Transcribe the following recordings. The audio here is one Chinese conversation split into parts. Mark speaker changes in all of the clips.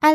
Speaker 1: 艾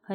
Speaker 1: 可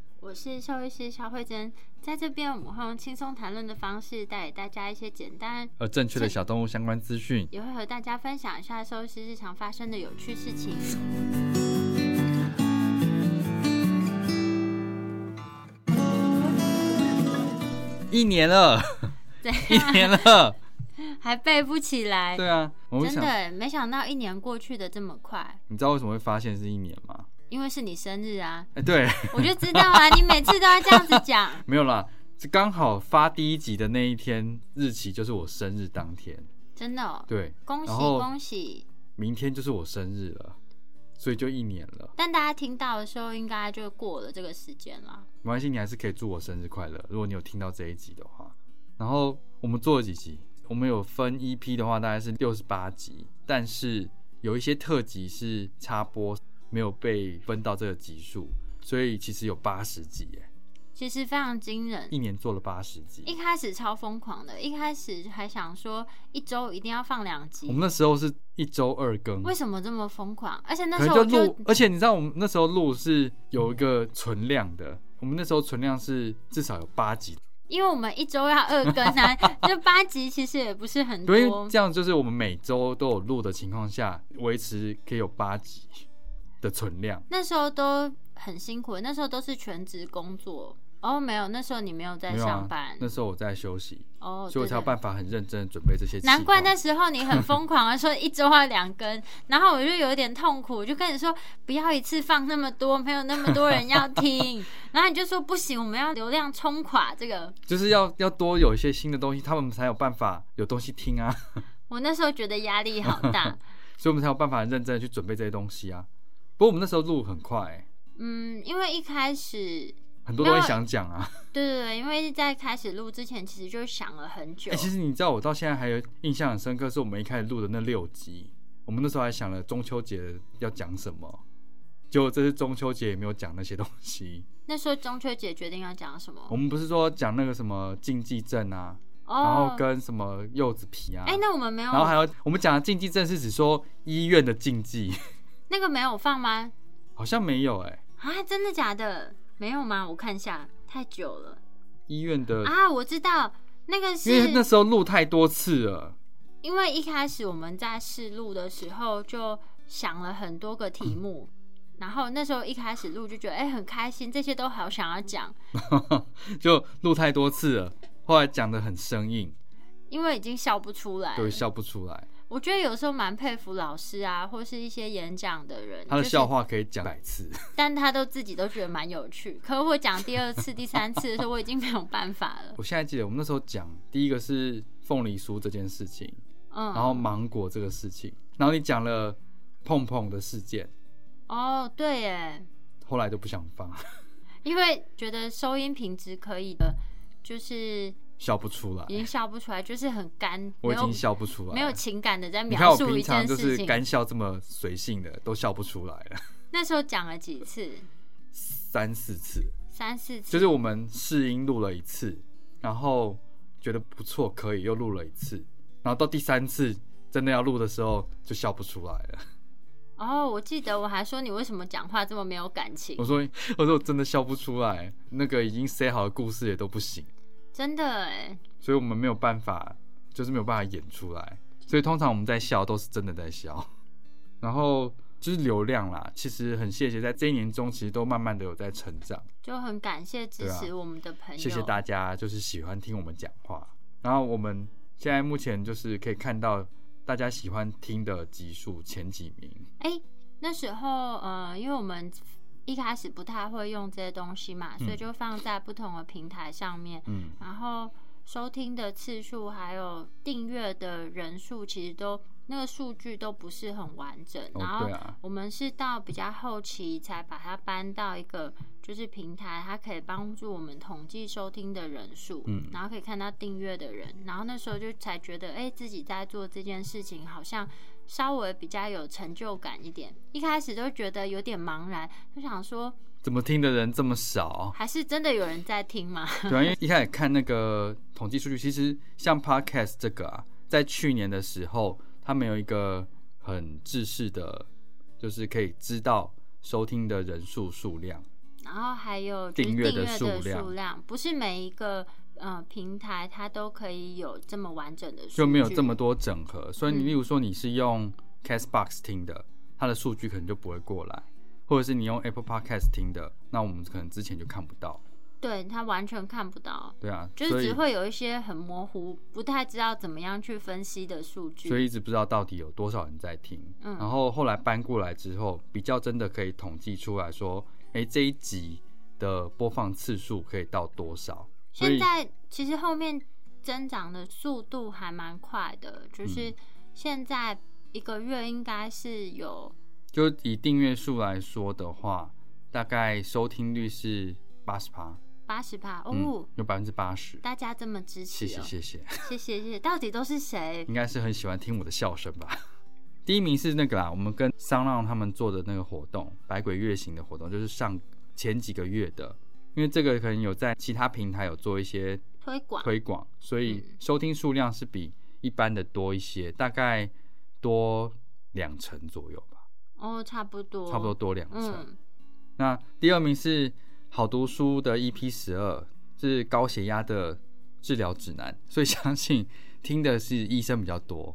Speaker 1: 我是兽医师肖慧珍，在这边我会用轻松谈论的方式带给大家一些简单，
Speaker 2: 而正确的小动物相关资讯，
Speaker 1: 也会和大家分享一下兽医师日常发生的有趣事情。
Speaker 2: 一年了，
Speaker 1: 对，
Speaker 2: 一 年了，
Speaker 1: 还背不起来，
Speaker 2: 对啊，我会
Speaker 1: 真
Speaker 2: 想，
Speaker 1: 的没想到一年过去的这么快，
Speaker 2: 你知道为什么会发现是一年吗？
Speaker 1: 因为是你生日啊，
Speaker 2: 哎、对，
Speaker 1: 我就知道啊，你每次都要这样子讲。
Speaker 2: 没有啦，是刚好发第一集的那一天日期就是我生日当天，
Speaker 1: 真的、哦，
Speaker 2: 对，
Speaker 1: 恭喜
Speaker 2: 然后
Speaker 1: 恭喜！
Speaker 2: 明天就是我生日了，所以就一年了。
Speaker 1: 但大家听到的时候，应该就过了这个时间了。
Speaker 2: 没关系，你还是可以祝我生日快乐。如果你有听到这一集的话，然后我们做了几集，我们有分 EP 的话，大概是六十八集，但是有一些特辑是插播，没有被分到这个集数，所以其实有八十集耶，
Speaker 1: 其实非常惊人，
Speaker 2: 一年做了八十
Speaker 1: 一
Speaker 2: 集。
Speaker 1: 开始超疯狂的，一开始还想说一周一定要放两集
Speaker 2: 我，们那时候是一周二更，
Speaker 1: 为什么这么疯狂？而且那
Speaker 2: 可
Speaker 1: 时
Speaker 2: 能
Speaker 1: 候我
Speaker 2: 就
Speaker 1: 就
Speaker 2: 录，而且你知道我们那时候录是有一个存量的，我们那时候存量是至少有八集，
Speaker 1: 因为我们一周要二更 啊，就八集其实也不是很
Speaker 2: 因为
Speaker 1: 多
Speaker 2: 这，样就是我们每周都有录的情况下，维持可以有八集的存量。
Speaker 1: 那时候都很辛苦，那时候都是全职工作。哦，没有，那时候你没有在
Speaker 2: 没有
Speaker 1: 上
Speaker 2: 啊
Speaker 1: 班，
Speaker 2: 那时候我在休息，
Speaker 1: 哦，
Speaker 2: 所以我才有
Speaker 1: 对对
Speaker 2: 办法很认真的准备这些计划。
Speaker 1: 难怪那时候你很疯狂的说一周要两根，然后我就有点痛苦，我就跟你说不要一次放那么多，没有那么多人要 听，然后你就说不行，我们要流量冲垮这个。
Speaker 2: 就是要要多有一些新的东西，他们才有办法有东西听啊，
Speaker 1: 我那时候觉得压力好大，
Speaker 2: 所以我们才有办法很认真的去准备这些东西啊。不过我们那时候录很快、欸
Speaker 1: 嗯，因为一开始。
Speaker 2: 很多东
Speaker 1: 没有
Speaker 2: 西想讲啊。
Speaker 1: 对对对，因为在开始录之前，其实就想了很久。
Speaker 2: 哎、其实你知道，我到现在还有印象很深刻，是我们一开始录的那六集，我们那时候还想了中秋节要讲什么，结果这次中秋节也没有讲那些东西。
Speaker 1: 那时候中秋节决定要讲什么
Speaker 2: 我，们不是说讲那个什么禁忌症啊，然
Speaker 1: 哦
Speaker 2: 后，跟什么柚子皮啊，
Speaker 1: 哎、那我们没有
Speaker 2: 然，后还有我们讲的禁忌症是指说医院的禁忌，
Speaker 1: 那个没有放吗？
Speaker 2: 好像没有哎、
Speaker 1: 啊，真的假的？没有吗？我看一下，太久了。
Speaker 2: 医院的，
Speaker 1: 啊，我知道那个是
Speaker 2: 因为那时候录太多次了，
Speaker 1: 因为一开始我们在试录的时候就想了很多个题目，然后那时候一开始录就觉得哎、很开心，这些都好想要讲，
Speaker 2: 就录太多次了，后来讲的很生硬，
Speaker 1: 因为已经笑不出来
Speaker 2: 就
Speaker 1: 了。
Speaker 2: 笑不出来，
Speaker 1: 我觉得有时候蛮佩服老师啊，或是一些演讲的人，
Speaker 2: 他的
Speaker 1: 就是
Speaker 2: 笑话可以讲百次。
Speaker 1: 但他都自己都觉得蛮有趣。可我讲第二次、第三次的时候，我已经没有办法了。
Speaker 2: 我现在记得我们那时候讲，第一个是凤梨酥这件事情，
Speaker 1: 嗯，
Speaker 2: 然后芒果这个事情，然后你讲了碰碰的事件，
Speaker 1: 哦，对耶，
Speaker 2: 后来就不想放，
Speaker 1: 因为觉得收音品质可以的，就是
Speaker 2: 笑不出来
Speaker 1: 已，经笑不出来，就是很干，
Speaker 2: 我
Speaker 1: 没
Speaker 2: 已
Speaker 1: 有
Speaker 2: 经笑不出来，
Speaker 1: 没有。情感的在
Speaker 2: 你看
Speaker 1: 描
Speaker 2: 我
Speaker 1: 述
Speaker 2: 平
Speaker 1: 一
Speaker 2: 常
Speaker 1: 件
Speaker 2: 就
Speaker 1: 事
Speaker 2: 是
Speaker 1: 情。
Speaker 2: 干笑这么随性的，都笑不出来了，
Speaker 1: 那时候讲了几次，
Speaker 2: 三四次，
Speaker 1: 三四次，
Speaker 2: 就是我们试音录了一次，然后觉得不错，可以又录了一次，然后到第三次真的要录的时候就笑不出来了。
Speaker 1: 哦，我记得我还说你为什么讲话这么没有感情
Speaker 2: 我，说，我说我真的笑不出来，那个已经塞好的故事也都不行。
Speaker 1: 真的哎，
Speaker 2: 所以我们没有办法，就是没有办法演出来。所以通常我们在笑都是真的在笑， 然后就是流量啦，其实很谢谢，在这一年中其实都慢慢的有在成长，
Speaker 1: 就很感谢支
Speaker 2: 对啊
Speaker 1: 持我们的朋友，
Speaker 2: 谢谢大家就是喜欢听我们讲话，然后我们现在目前就是可以看到大家喜欢听的集数前几名。
Speaker 1: 哎、那时候呃，因为我们一开始不太会用这些东西嘛，所以就放在不同的平台上面，
Speaker 2: 嗯，
Speaker 1: 然后收听的次数还有订阅的人数，其实都那个数据都不是很完整。
Speaker 2: 哦
Speaker 1: 然后
Speaker 2: 对啊
Speaker 1: 我们是到比较后期才把它搬到一个就是平台，它可以帮助我们统计收听的人数，
Speaker 2: 嗯
Speaker 1: 然后可以看到订阅的人，然后那时候就才觉得，哎、自己在做这件事情好像稍微比较有成就感一点。一开始都觉得有点茫然，就想说，
Speaker 2: 怎么听的人这么少？
Speaker 1: 还是真的有人在听吗？
Speaker 2: 对啊，因为一开始看那个统计数据，其实像 podcast 这个啊，在去年的时候，他们有一个很制式的，就是可以知道收听的人数数量。
Speaker 1: 然后还有就是订
Speaker 2: 订
Speaker 1: 阅
Speaker 2: 阅的
Speaker 1: 的
Speaker 2: 数量
Speaker 1: 数量，不是每一个呃平台它都可以有这么完整的数据，
Speaker 2: 就没有这么多整合。所以你
Speaker 1: 嗯
Speaker 2: 例如说你是用 Castbox 听的，它的数据可能就不会过来，或者是你用 Apple Podcast 听的，那我们可能之前就看不到。
Speaker 1: 对它完全看不到，
Speaker 2: 对啊，
Speaker 1: 就
Speaker 2: 所
Speaker 1: 是
Speaker 2: 以
Speaker 1: 只会有一些很模糊，不太知道怎么样去分析的数据。
Speaker 2: 所以一直不知道到底有多少人在听。
Speaker 1: 嗯
Speaker 2: 然后后来搬过来之后，比较真的可以统计出来说，哎、这一集的播放次数可以到多少？所以
Speaker 1: 现在其实后面增长的速度还蛮快的，
Speaker 2: 嗯
Speaker 1: 就是现在一个月应该是有
Speaker 2: 就以订阅数来说的话，大概收听率是八十趴，
Speaker 1: 八十趴哦。
Speaker 2: 嗯，有百分之八十。
Speaker 1: 大家这么支持、
Speaker 2: 谢
Speaker 1: 哦，
Speaker 2: 谢谢谢。
Speaker 1: 谢谢谢谢到底都是谁？
Speaker 2: 应该是很喜欢听我的笑声吧。 第一名是那个啦，我们跟商浪他们做的那个活动——百鬼月行的活动，就是上前几个月的。因为这个可能有在其他平台有做一些
Speaker 1: 推广
Speaker 2: 推广，所以收听数量是比一般的多一
Speaker 1: 嗯
Speaker 2: 些，大概多两成左右吧，
Speaker 1: 哦，差不多，
Speaker 2: 嗯差不多，多两成。
Speaker 1: 嗯，
Speaker 2: 那第二名是好读书的 EP 十二，是高血压的治疗指南，所以相信听的是医生比较多。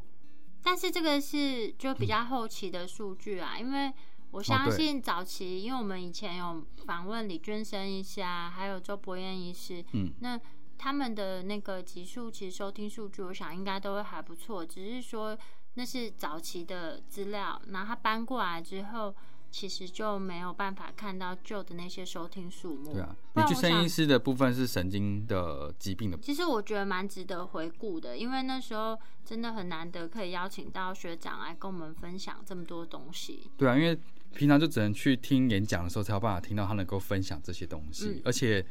Speaker 1: 但是这个是就比较后期的数据啊，因为
Speaker 2: 哦
Speaker 1: 我相信早期，因为我们以前有访问李俊生医师啊，还有周伯彦医师，
Speaker 2: 嗯，
Speaker 1: 那他们的那个集数其实收听数据，我想应该都会还不错，只是说那是早期的资料，然后他搬过来之后。其实就没有办法看到旧的那些收听数目。
Speaker 2: 对啊，
Speaker 1: 不
Speaker 2: 你
Speaker 1: 然
Speaker 2: 去
Speaker 1: 我想嗯
Speaker 2: 声医师的部分是神经的疾病的，
Speaker 1: 其实我觉得蛮值得回顾的，因为那时候真的很难得可以邀请到学长来跟我们分享这么多东西。
Speaker 2: 对啊，因为平常就只能去听演讲的时候才有办法听到他能够分享这些东西，
Speaker 1: 嗯
Speaker 2: 而且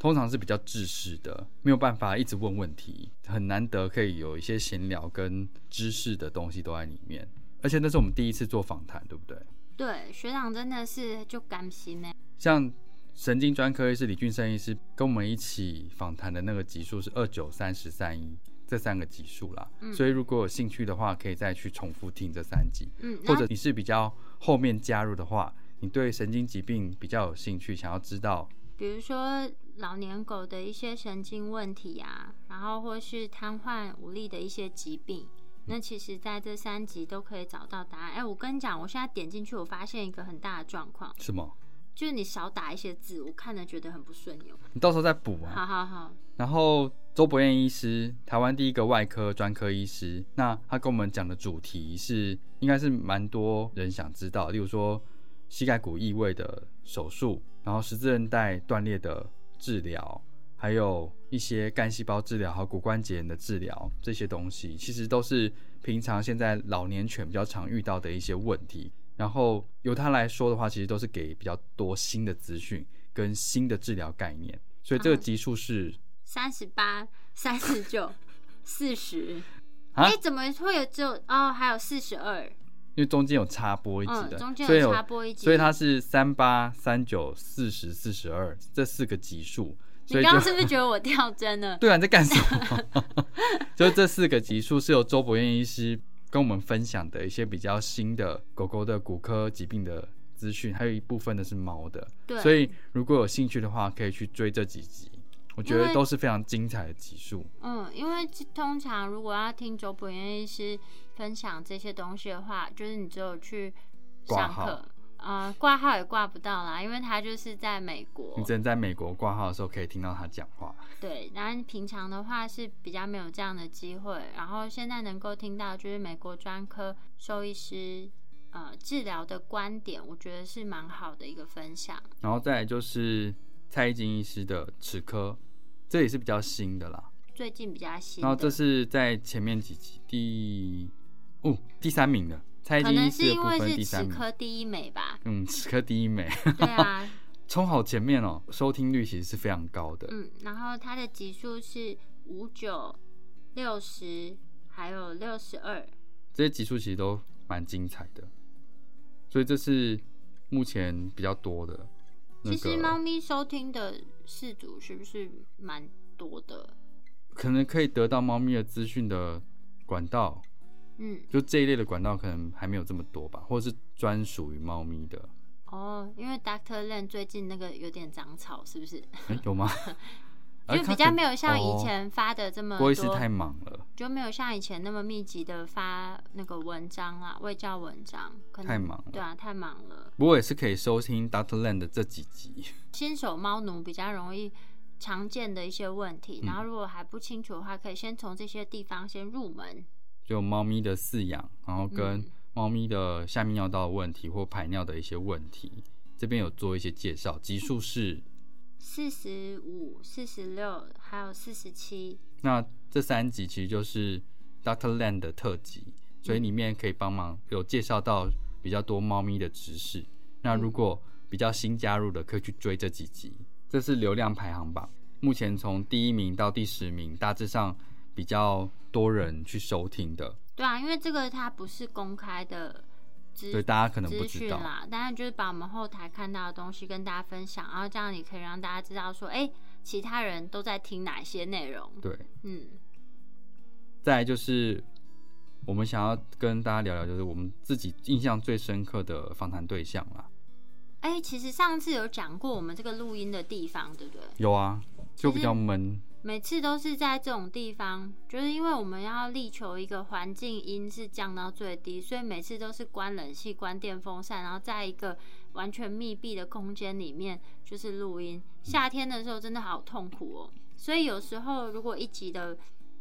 Speaker 2: 通常是比较制式的，没有办法一直问问题，很难得可以有一些闲聊跟知识的东西都在里面，而且那是我们第一次做访谈，对不对？
Speaker 1: 对，学长真的是就甘心欸呢。
Speaker 2: 像神经专科医师李俊生医师跟我们一起访谈的那个集数是二九三十三一这三个集数啦，
Speaker 1: 嗯
Speaker 2: 所以如果有兴趣的话，可以再去重复听这三集。
Speaker 1: 嗯，
Speaker 2: 或
Speaker 1: 然
Speaker 2: 者
Speaker 1: 后
Speaker 2: 你是比较后面加入的话，你对神经疾病比较有兴趣，想要知道，
Speaker 1: 比如说老年狗的一些神经问题啊，然后或是瘫痪无力的一些疾病。
Speaker 2: 嗯
Speaker 1: 那其实，在这三集都可以找到答案。哎、我跟你讲，我现在点进去，我发现一个很大的状况，
Speaker 2: 什么？
Speaker 1: 就是你少打一些字，我看了觉得很不顺眼。
Speaker 2: 你到时候再补啊。
Speaker 1: 好好好，
Speaker 2: 然后周伯彦医师，台湾第一个外科专科医师，那他跟我们讲的主题是，应该是蛮多人想知道，例如说膝盖骨异位的手术，然后十字韧带断裂的治疗，还有一些干细胞治疗和骨关节炎的治疗这些东西，其实都是平常现在老年犬比较常遇到的一些问题。然后由他来说的话，其实都是给比较多新的资讯跟新的治疗概念，所以这个集数是
Speaker 1: 三十八、三十 九、四十。
Speaker 2: 啊
Speaker 1: 哎，怎么会有只有哦？还有四十二，
Speaker 2: 因为中间有插播一集
Speaker 1: 嗯
Speaker 2: 的，
Speaker 1: 中间有
Speaker 2: 所以
Speaker 1: 插播一集
Speaker 2: 所以它是三八、三九、四十、四十二这四个集数，所
Speaker 1: 你刚
Speaker 2: 以就
Speaker 1: 刚是不是觉得我掉帧了？
Speaker 2: 对啊，你在干什么？ 就是这四个集数是由周伯彦医师跟我们分享的一些比较新的狗狗的骨科疾病的资讯，还有一部分的是猫的。
Speaker 1: 对
Speaker 2: 所以如果有兴趣的话，可以去追这几集，我觉
Speaker 1: 因
Speaker 2: 得
Speaker 1: 为
Speaker 2: 都是非常精彩的集数。
Speaker 1: 嗯，因为这通常如果要听周伯彦医师分享这些东西的话，就是你只有去
Speaker 2: 挂
Speaker 1: 上
Speaker 2: 号
Speaker 1: 课，呃，挂号也挂不到啦，因为他就是在美国
Speaker 2: 你。只能在美国挂号的时候可以听到他讲话。
Speaker 1: 对，然后平常的话是比较没有这样的机会，然后现在能够听到就是美国专科兽医师呃治疗的观点，我觉得是蛮好的一个分享。
Speaker 2: 然后再来就是蔡依金医师的齿科，这也是比较新的啦。
Speaker 1: 最近比较新的，
Speaker 2: 然后这是在前面几集第哦第三名的蔡依
Speaker 1: 可
Speaker 2: 金医
Speaker 1: 能是
Speaker 2: 师的
Speaker 1: 因
Speaker 2: 部
Speaker 1: 为
Speaker 2: 分
Speaker 1: 是
Speaker 2: 第三
Speaker 1: 齿
Speaker 2: 名，
Speaker 1: 科第一美吧。
Speaker 2: 嗯，齿科第一美，
Speaker 1: 对啊，
Speaker 2: 冲好前面哦，收听率其实是非常高的。
Speaker 1: 嗯，然后它的级数是五九、六十，还有六十二。
Speaker 2: 这些集数其实都蛮精彩的，所以这是目前比较多的。那
Speaker 1: 其实猫
Speaker 2: 个
Speaker 1: 咪收听的氏族是不是蛮多的？
Speaker 2: 可能可以得到猫咪的资讯的管道，
Speaker 1: 嗯，
Speaker 2: 就这一类的管道可能还没有这么多吧，或者是专属于猫咪的，
Speaker 1: 哦，因为 Doctor Len 最近那个有点长草，是不是？
Speaker 2: 诶 有吗？呃
Speaker 1: 就比
Speaker 2: 它
Speaker 1: 较
Speaker 2: 可
Speaker 1: 没有像
Speaker 2: 哦
Speaker 1: 以前发的这么
Speaker 2: 郭
Speaker 1: 多，
Speaker 2: 医师太忙了，
Speaker 1: 就没有像以前那么密集的发那个文章啦，未教文章，可能
Speaker 2: 太忙了
Speaker 1: 对啊，太忙了。
Speaker 2: 不过也是可以收听 Doctor Land 的这几集。
Speaker 1: 新手猫奴比较容易常见的一些问题，
Speaker 2: 嗯
Speaker 1: 然后如果还不清楚的话，可以先从这些地方先入门。
Speaker 2: 就猫咪的饲养，然后跟
Speaker 1: 嗯
Speaker 2: 猫咪的下泌尿道的问题或排尿的一些问题，这边有做一些介绍。集数是
Speaker 1: 四十五、四十六，还有四十七，
Speaker 2: 那这三集其实就是 Doctor Land 的特辑，所以里面可以帮忙有介绍到比较多猫咪的知识。那如果比较新加入的，可以去追这几集。这是流量排行榜，目前从第一名到第十名，大致上比较多人去收听的，
Speaker 1: 对啊，因为这个它不是公开的资
Speaker 2: 所以大家可能不
Speaker 1: 资
Speaker 2: 知
Speaker 1: 讯
Speaker 2: 道。
Speaker 1: 啦，当然就是把我们后台看到的东西跟大家分享，然后这样也可以让大家知道说，哎、其他人都在听哪些内容。
Speaker 2: 对，
Speaker 1: 嗯，
Speaker 2: 再来就是我们想要跟大家聊聊，就是我们自己印象最深刻的访谈对象啦。
Speaker 1: 哎、其实上次有讲过我们这个录音的地方，对不对？
Speaker 2: 有啊，就比较
Speaker 1: 其实
Speaker 2: 闷，
Speaker 1: 每次都是在这种地方，就是因为我们要力求一个环境音是降到最低，所以每次都是关冷气、关电风扇，然后在一个完全密闭的空间里面就是录音。夏天的时候真的好痛苦哦，所以有时候如果一集的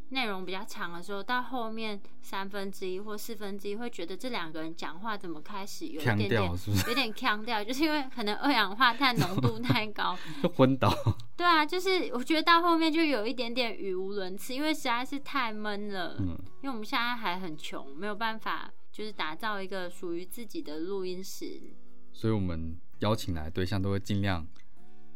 Speaker 1: 内容比较长的时候，到后面三分之一或四分之一，会觉得这两个人讲话怎么开始有一
Speaker 2: 腔
Speaker 1: 点
Speaker 2: 调
Speaker 1: 点。
Speaker 2: 是不 是
Speaker 1: 有点腔调，就是因为可能二氧化碳浓度太高，
Speaker 2: 就昏倒？
Speaker 1: 对啊，就是我觉得到后面就有一点点语无伦次，因为实在是太闷了。
Speaker 2: 嗯，
Speaker 1: 因为我们现在还很穷，没有办法就是打造一个属于自己的录音室。
Speaker 2: 所以我们邀请来的对象都会尽量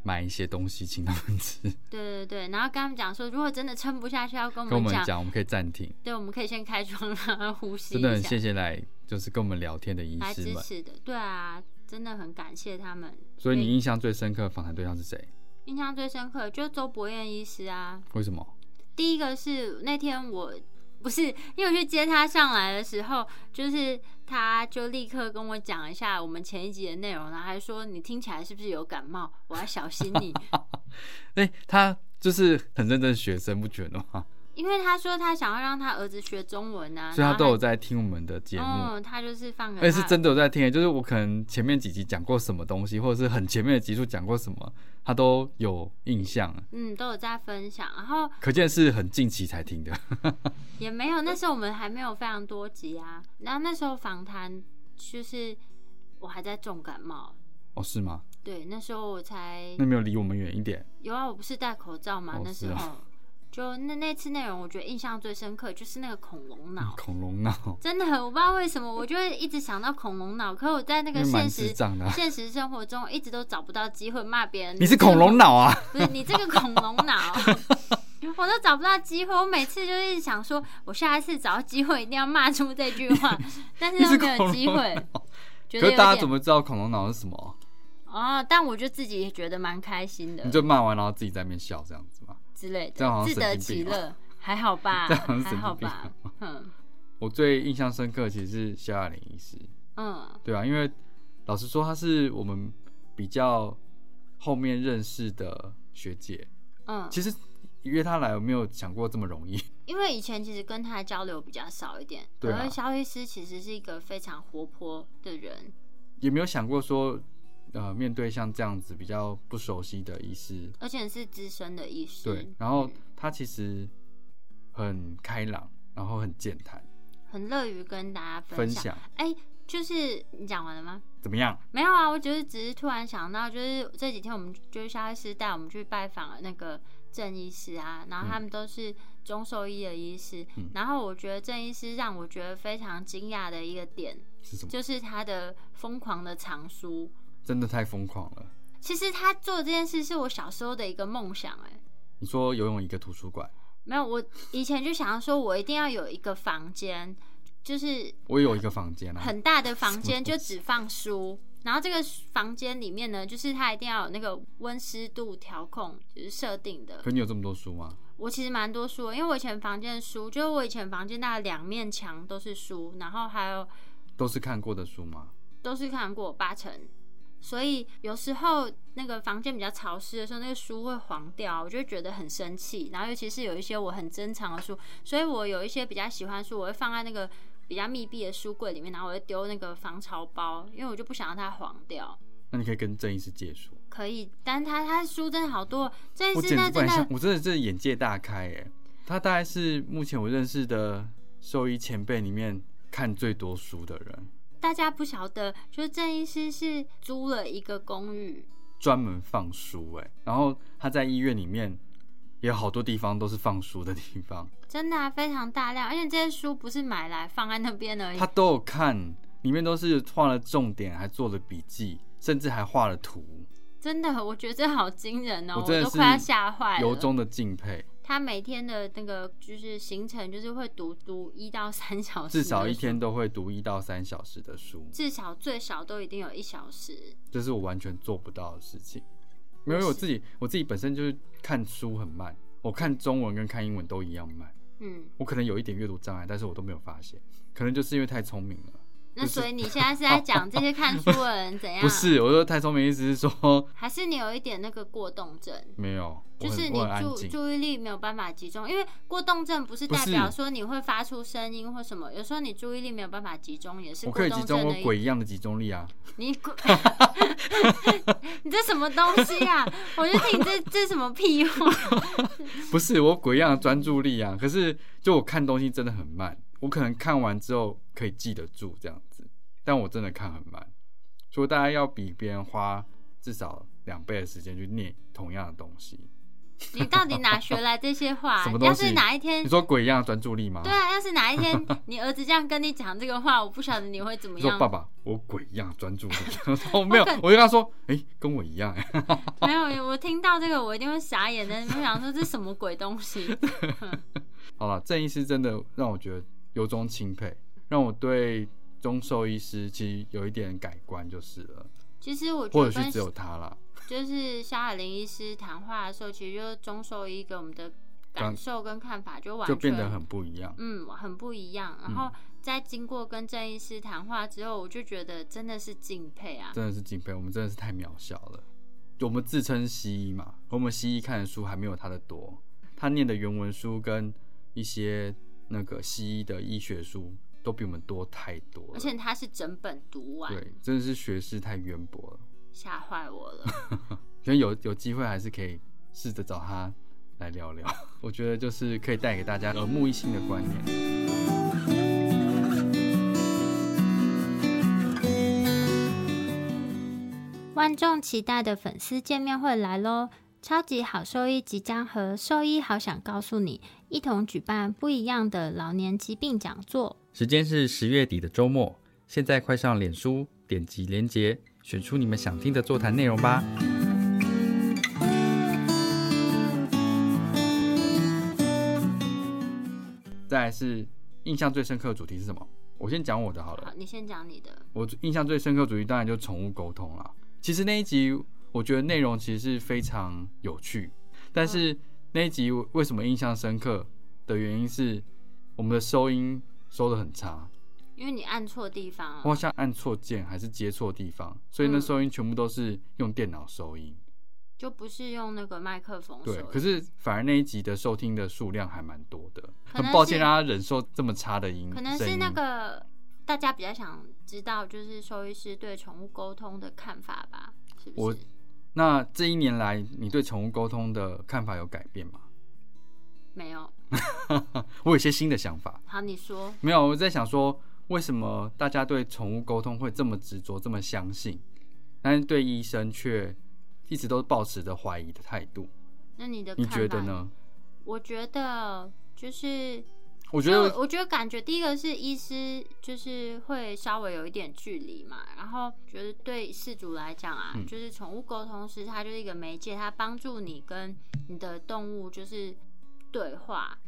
Speaker 2: 买一些东西请他们 吃，
Speaker 1: 对对对，然后跟他们讲说，如果真的撑不下去，要跟
Speaker 2: 跟我
Speaker 1: 我们
Speaker 2: 们
Speaker 1: 讲。
Speaker 2: 讲，我们可以暂停。
Speaker 1: 对，我们可以先开窗让他呼吸
Speaker 2: 真的
Speaker 1: 一
Speaker 2: 很
Speaker 1: 下
Speaker 2: 谢，谢来就是跟我们聊天的医
Speaker 1: 来
Speaker 2: 师
Speaker 1: 支
Speaker 2: 们。
Speaker 1: 持的。对啊，真的很感谢他们。
Speaker 2: 所以你印象最深刻的访谈对象是谁？
Speaker 1: 印象最深刻的就是周博彦医师啊，
Speaker 2: 为什么？
Speaker 1: 第一个是那天我不是因为我去接他上来的时候，就是他就立刻跟我讲一下我们前一集的内容，然后还说你听起来是不是有感冒，我要小心 你，
Speaker 2: 哎、他就是很认真的学生，不觉得吗？
Speaker 1: 因为他说他想要让他儿子学中文啊，
Speaker 2: 啊所以
Speaker 1: 然
Speaker 2: 他
Speaker 1: 后
Speaker 2: 都有在听我们的节目。
Speaker 1: 嗯，他就是放给
Speaker 2: 而且哎是
Speaker 1: 他
Speaker 2: 真的有在听，就是我可能前面几集讲过什么东西，或者是很前面的集数讲过什么，他都有印象，
Speaker 1: 嗯都有在分享，然后
Speaker 2: 可见是很近期才听的。
Speaker 1: 也没有，那时候我们还没有非常多集啊，然后那时候访谈就是我还在重感冒，
Speaker 2: 哦，是吗？
Speaker 1: 对，那时候我才
Speaker 2: 那没有离我们远一点，
Speaker 1: 有啊，我不是戴口罩吗？
Speaker 2: 哦
Speaker 1: 那
Speaker 2: 是
Speaker 1: 时
Speaker 2: 啊
Speaker 1: 候、就那那次内容，我觉得印象最深刻就是那个恐龙脑，
Speaker 2: 恐龙脑，
Speaker 1: 真的很我不知道为什么，我就会一直想到恐龙脑，可我在那
Speaker 2: 因
Speaker 1: 个
Speaker 2: 为蛮
Speaker 1: 现
Speaker 2: 智
Speaker 1: 实
Speaker 2: 障的啊、
Speaker 1: 现实生活中一直都找不到机会骂别人。
Speaker 2: 你是恐龙
Speaker 1: 脑，
Speaker 2: 脑啊？
Speaker 1: 不是你这个恐龙脑。 我都找不到机会，我每次就是想说，我下一次找到机会一定要骂出这句 话，但是
Speaker 2: 你是
Speaker 1: 都没
Speaker 2: 恐龙脑
Speaker 1: 有机会。觉得
Speaker 2: 可
Speaker 1: 有
Speaker 2: 是大家怎
Speaker 1: 点
Speaker 2: 么知道恐龙脑是什么？
Speaker 1: 哦，但我就自己也觉得蛮开心的。
Speaker 2: 你就骂完然后自己在那边笑这样子吗？
Speaker 1: 之类
Speaker 2: 这样好
Speaker 1: 的，
Speaker 2: 像
Speaker 1: 自得
Speaker 2: 神经
Speaker 1: 其
Speaker 2: 病哦
Speaker 1: 乐，还好吧，
Speaker 2: 这样好像
Speaker 1: 啊还好
Speaker 2: 神经病啊
Speaker 1: 吧，嗯
Speaker 2: 我最印象深刻的其实是萧亚玲医师，
Speaker 1: 嗯，
Speaker 2: 对啊，因为老实说，她是我们比较后面认识的学姐，
Speaker 1: 嗯，
Speaker 2: 其实约她来，我没有想过这么容易。
Speaker 1: 因为以前其实跟他交流比较少一点，
Speaker 2: 对啊
Speaker 1: 而肖医师其实是一个非常活泼的人，
Speaker 2: 也没有想过说，呃，面对像这样子比较不熟悉的医师，
Speaker 1: 而且是资深的医师，
Speaker 2: 对，然
Speaker 1: 嗯
Speaker 2: 后他其实很开朗，然后很健谈，
Speaker 1: 很乐于跟大家
Speaker 2: 分
Speaker 1: 享。
Speaker 2: 享
Speaker 1: 哎、就是你讲完了吗？
Speaker 2: 怎么样？
Speaker 1: 没有啊，我只是只是突然想到，就是这几天我们就是肖医师带我们去拜访了那个郑医师啊，然后他们都是中兽医的医师，
Speaker 2: 嗯
Speaker 1: 然后我觉得郑医师让我觉得非常惊讶的一个点，
Speaker 2: 是什么？
Speaker 1: 就是他的疯狂的藏书。
Speaker 2: 真的太疯狂了！
Speaker 1: 其实他做这件事是我小时候的一个梦想、哎，
Speaker 2: 你说游泳一个图书馆，
Speaker 1: 没有，我以前就想要说，我一定要有一个房间，就是
Speaker 2: 我有一个房间啊，
Speaker 1: 很大的房间，
Speaker 2: 什么
Speaker 1: 就
Speaker 2: 东西
Speaker 1: 只放书。然后这个房间里面呢，就是它一定要有那个温湿度调控，就是设定的
Speaker 2: 可。你有这么多书吗？
Speaker 1: 我其实蛮多书的，因为我以前房间的书，就是我以前房间大概两面墙都是书，然后还有
Speaker 2: 都是看过的书吗？
Speaker 1: 都是看过八成，所以有时候那个房间比较潮湿的时候，那个书会黄掉，我就会觉得很生气。然后尤其是有一些我很珍藏的书，所以我有一些比较喜欢的书，我会放在那个比较密闭的书柜里面，然后我会丢那个防潮包，因为我就不想让它黄掉。
Speaker 2: 那你可以跟郑医师借书。
Speaker 1: 可以，但他他的书真的好多，这
Speaker 2: 我
Speaker 1: 件事
Speaker 2: 简
Speaker 1: 那
Speaker 2: 直不
Speaker 1: 真
Speaker 2: 敢想
Speaker 1: 的，
Speaker 2: 我真的真的眼界大开哎！他大概是目前我认识的兽医前辈里面看最多书的人，
Speaker 1: 大家不晓得，就是郑医师是租了一个公寓，
Speaker 2: 专门放书哎。然后他在医院里面也有好多地方都是放书的地方，
Speaker 1: 真的、啊、非常大量，而且这些书不是买来放在那边而已
Speaker 2: 他，都有看，里面都是画了重点，还做了笔记，甚至还画了图，
Speaker 1: 真的，我觉得这好惊人哦、
Speaker 2: 我
Speaker 1: 我
Speaker 2: 真的
Speaker 1: 都
Speaker 2: 是
Speaker 1: 快要吓坏
Speaker 2: 由
Speaker 1: 了。
Speaker 2: 衷的敬佩。
Speaker 1: 他每天的那个就是行程，就是会读读一到三小时，
Speaker 2: 至少一，天都会读一到三小时的书，
Speaker 1: 至少最少都一定有一小时。
Speaker 2: 这是我完全做不到的事情。没有，因为我自己我自己本身就是看书很慢，我看中文跟看英文都一样慢。
Speaker 1: 嗯，
Speaker 2: 我可能有一点阅读障碍，但是我都没有发现，可能就是因为太聪明了。
Speaker 1: 那所以你现在是在讲这些看书的人怎样？
Speaker 2: 不，是，我说太聪明，意思是说
Speaker 1: 还是你有一点那个过动症？
Speaker 2: 没有，
Speaker 1: 就
Speaker 2: 我很
Speaker 1: 是你
Speaker 2: 我很安
Speaker 1: 注
Speaker 2: 静。
Speaker 1: 注意力没有办法集中，因为过动症不是
Speaker 2: 不
Speaker 1: 代
Speaker 2: 是
Speaker 1: 表说你会发出声音或什么，有时候你注意力没有办法集中也是
Speaker 2: 我
Speaker 1: 过
Speaker 2: 可以集
Speaker 1: 动
Speaker 2: 中
Speaker 1: 症
Speaker 2: 我
Speaker 1: 的一
Speaker 2: 鬼一样的集中力啊！
Speaker 1: 你滚！ 你这什么东西啊？我就听你这这什么屁话？
Speaker 2: 不是我鬼一样的专注力啊！可是就我看东西真的很慢，我可能看完之后可以记得住这样子，但我真的看很慢，所以大家要比别人花至少两倍的时间去念同样的东西。
Speaker 1: 你到底哪学来这些话
Speaker 2: 什么？东
Speaker 1: 要
Speaker 2: 西
Speaker 1: 是哪一天
Speaker 2: 你，说鬼一样的专注力吗？
Speaker 1: 嗯对啊，要是哪一天你儿子这样跟你讲这个话，我不晓得你会怎么
Speaker 2: 你说
Speaker 1: 样。
Speaker 2: 爸爸，我鬼一样的专注力。 哦，没有，我就跟他说，哎、跟我一样、哎
Speaker 1: 没有，我听到这个我一定会傻眼的，你会想说这什么鬼东西？
Speaker 2: 好了，郑医师真的让我觉得由衷钦佩，让我对中兽医师其实有一点改观就是了，
Speaker 1: 其实我觉
Speaker 2: 或
Speaker 1: 得
Speaker 2: 许
Speaker 1: 跟
Speaker 2: 只有他啦。
Speaker 1: 就是肖海林医师谈话的时候，其实就是中兽医给我们的
Speaker 2: 感
Speaker 1: 感受跟看法就完
Speaker 2: 就
Speaker 1: 全
Speaker 2: 变得很不一样。
Speaker 1: 嗯，很不一样。
Speaker 2: 嗯
Speaker 1: 然后在经过跟郑医师谈话之后，我就觉得真的是敬佩啊。
Speaker 2: 真的是敬佩，我们真的是太渺小了。我们自称西医嘛，我们西医看的书还没有他的多，他念的原文书跟一些那个西医的医学书都比我们多太多了。
Speaker 1: 而且他是整本读完，
Speaker 2: 对，真的是学识太渊博了。
Speaker 1: 吓坏我 了。
Speaker 2: 所以有有机会还是可以试着找他来聊 聊，我觉得就是可以带给大家耳目一新的观念。
Speaker 1: 万众期待的粉丝见面会来喽！超级好兽医即将和兽医好想告诉你一同举办不一样的老年疾病讲座。
Speaker 3: 时间是十月底的周末，现在快上脸书点击连结，选出你们想听的座谈内容吧。
Speaker 2: 再来是印象最深刻的主题是什么？我先讲我的好了
Speaker 1: 好，。你先讲你的。
Speaker 2: 我印象最深刻的主题当然就是宠物沟通啦。其实那一集我觉得内容其实是非常有趣，但是那一集为什么印象深刻的原因是我们的收音收的很差，
Speaker 1: 因为你按错地方
Speaker 2: 我好
Speaker 1: 了，
Speaker 2: 像按错键还是接错地方，所以那
Speaker 1: 嗯
Speaker 2: 收音全部都是用电脑收音。
Speaker 1: 就不是用那个麦克风收
Speaker 2: 对
Speaker 1: 音。，
Speaker 2: 可是反而那一集的收听的数量还蛮多的，
Speaker 1: 可能
Speaker 2: 很抱歉
Speaker 1: 是
Speaker 2: 让大家忍受这么差的音，
Speaker 1: 可能
Speaker 2: 嗯声
Speaker 1: 是
Speaker 2: 音
Speaker 1: 那个大家比较想知道，就是兽医师对宠物沟通的看法吧？是不
Speaker 2: 我
Speaker 1: 是？
Speaker 2: 那这一年来，你对宠物沟通的看法有改变吗？
Speaker 1: 没有。
Speaker 2: 我有一些新的想法。
Speaker 1: 好，你说。
Speaker 2: 没有，我在想说，为什么大家对宠物沟通会这么执着、这么相信，但是对医生却一直都抱持着怀疑的态度？
Speaker 1: 那你的
Speaker 2: 你
Speaker 1: 看法
Speaker 2: 觉得呢？？
Speaker 1: 我觉得就是
Speaker 2: 我觉
Speaker 1: 就
Speaker 2: 得，
Speaker 1: 我觉得感觉第一个是医师就是会稍微有一点距离嘛，然后觉得对饲主来讲啊，
Speaker 2: 嗯
Speaker 1: 就是宠物沟通师，它就是一个媒介，它帮助你跟你的动物就是对话，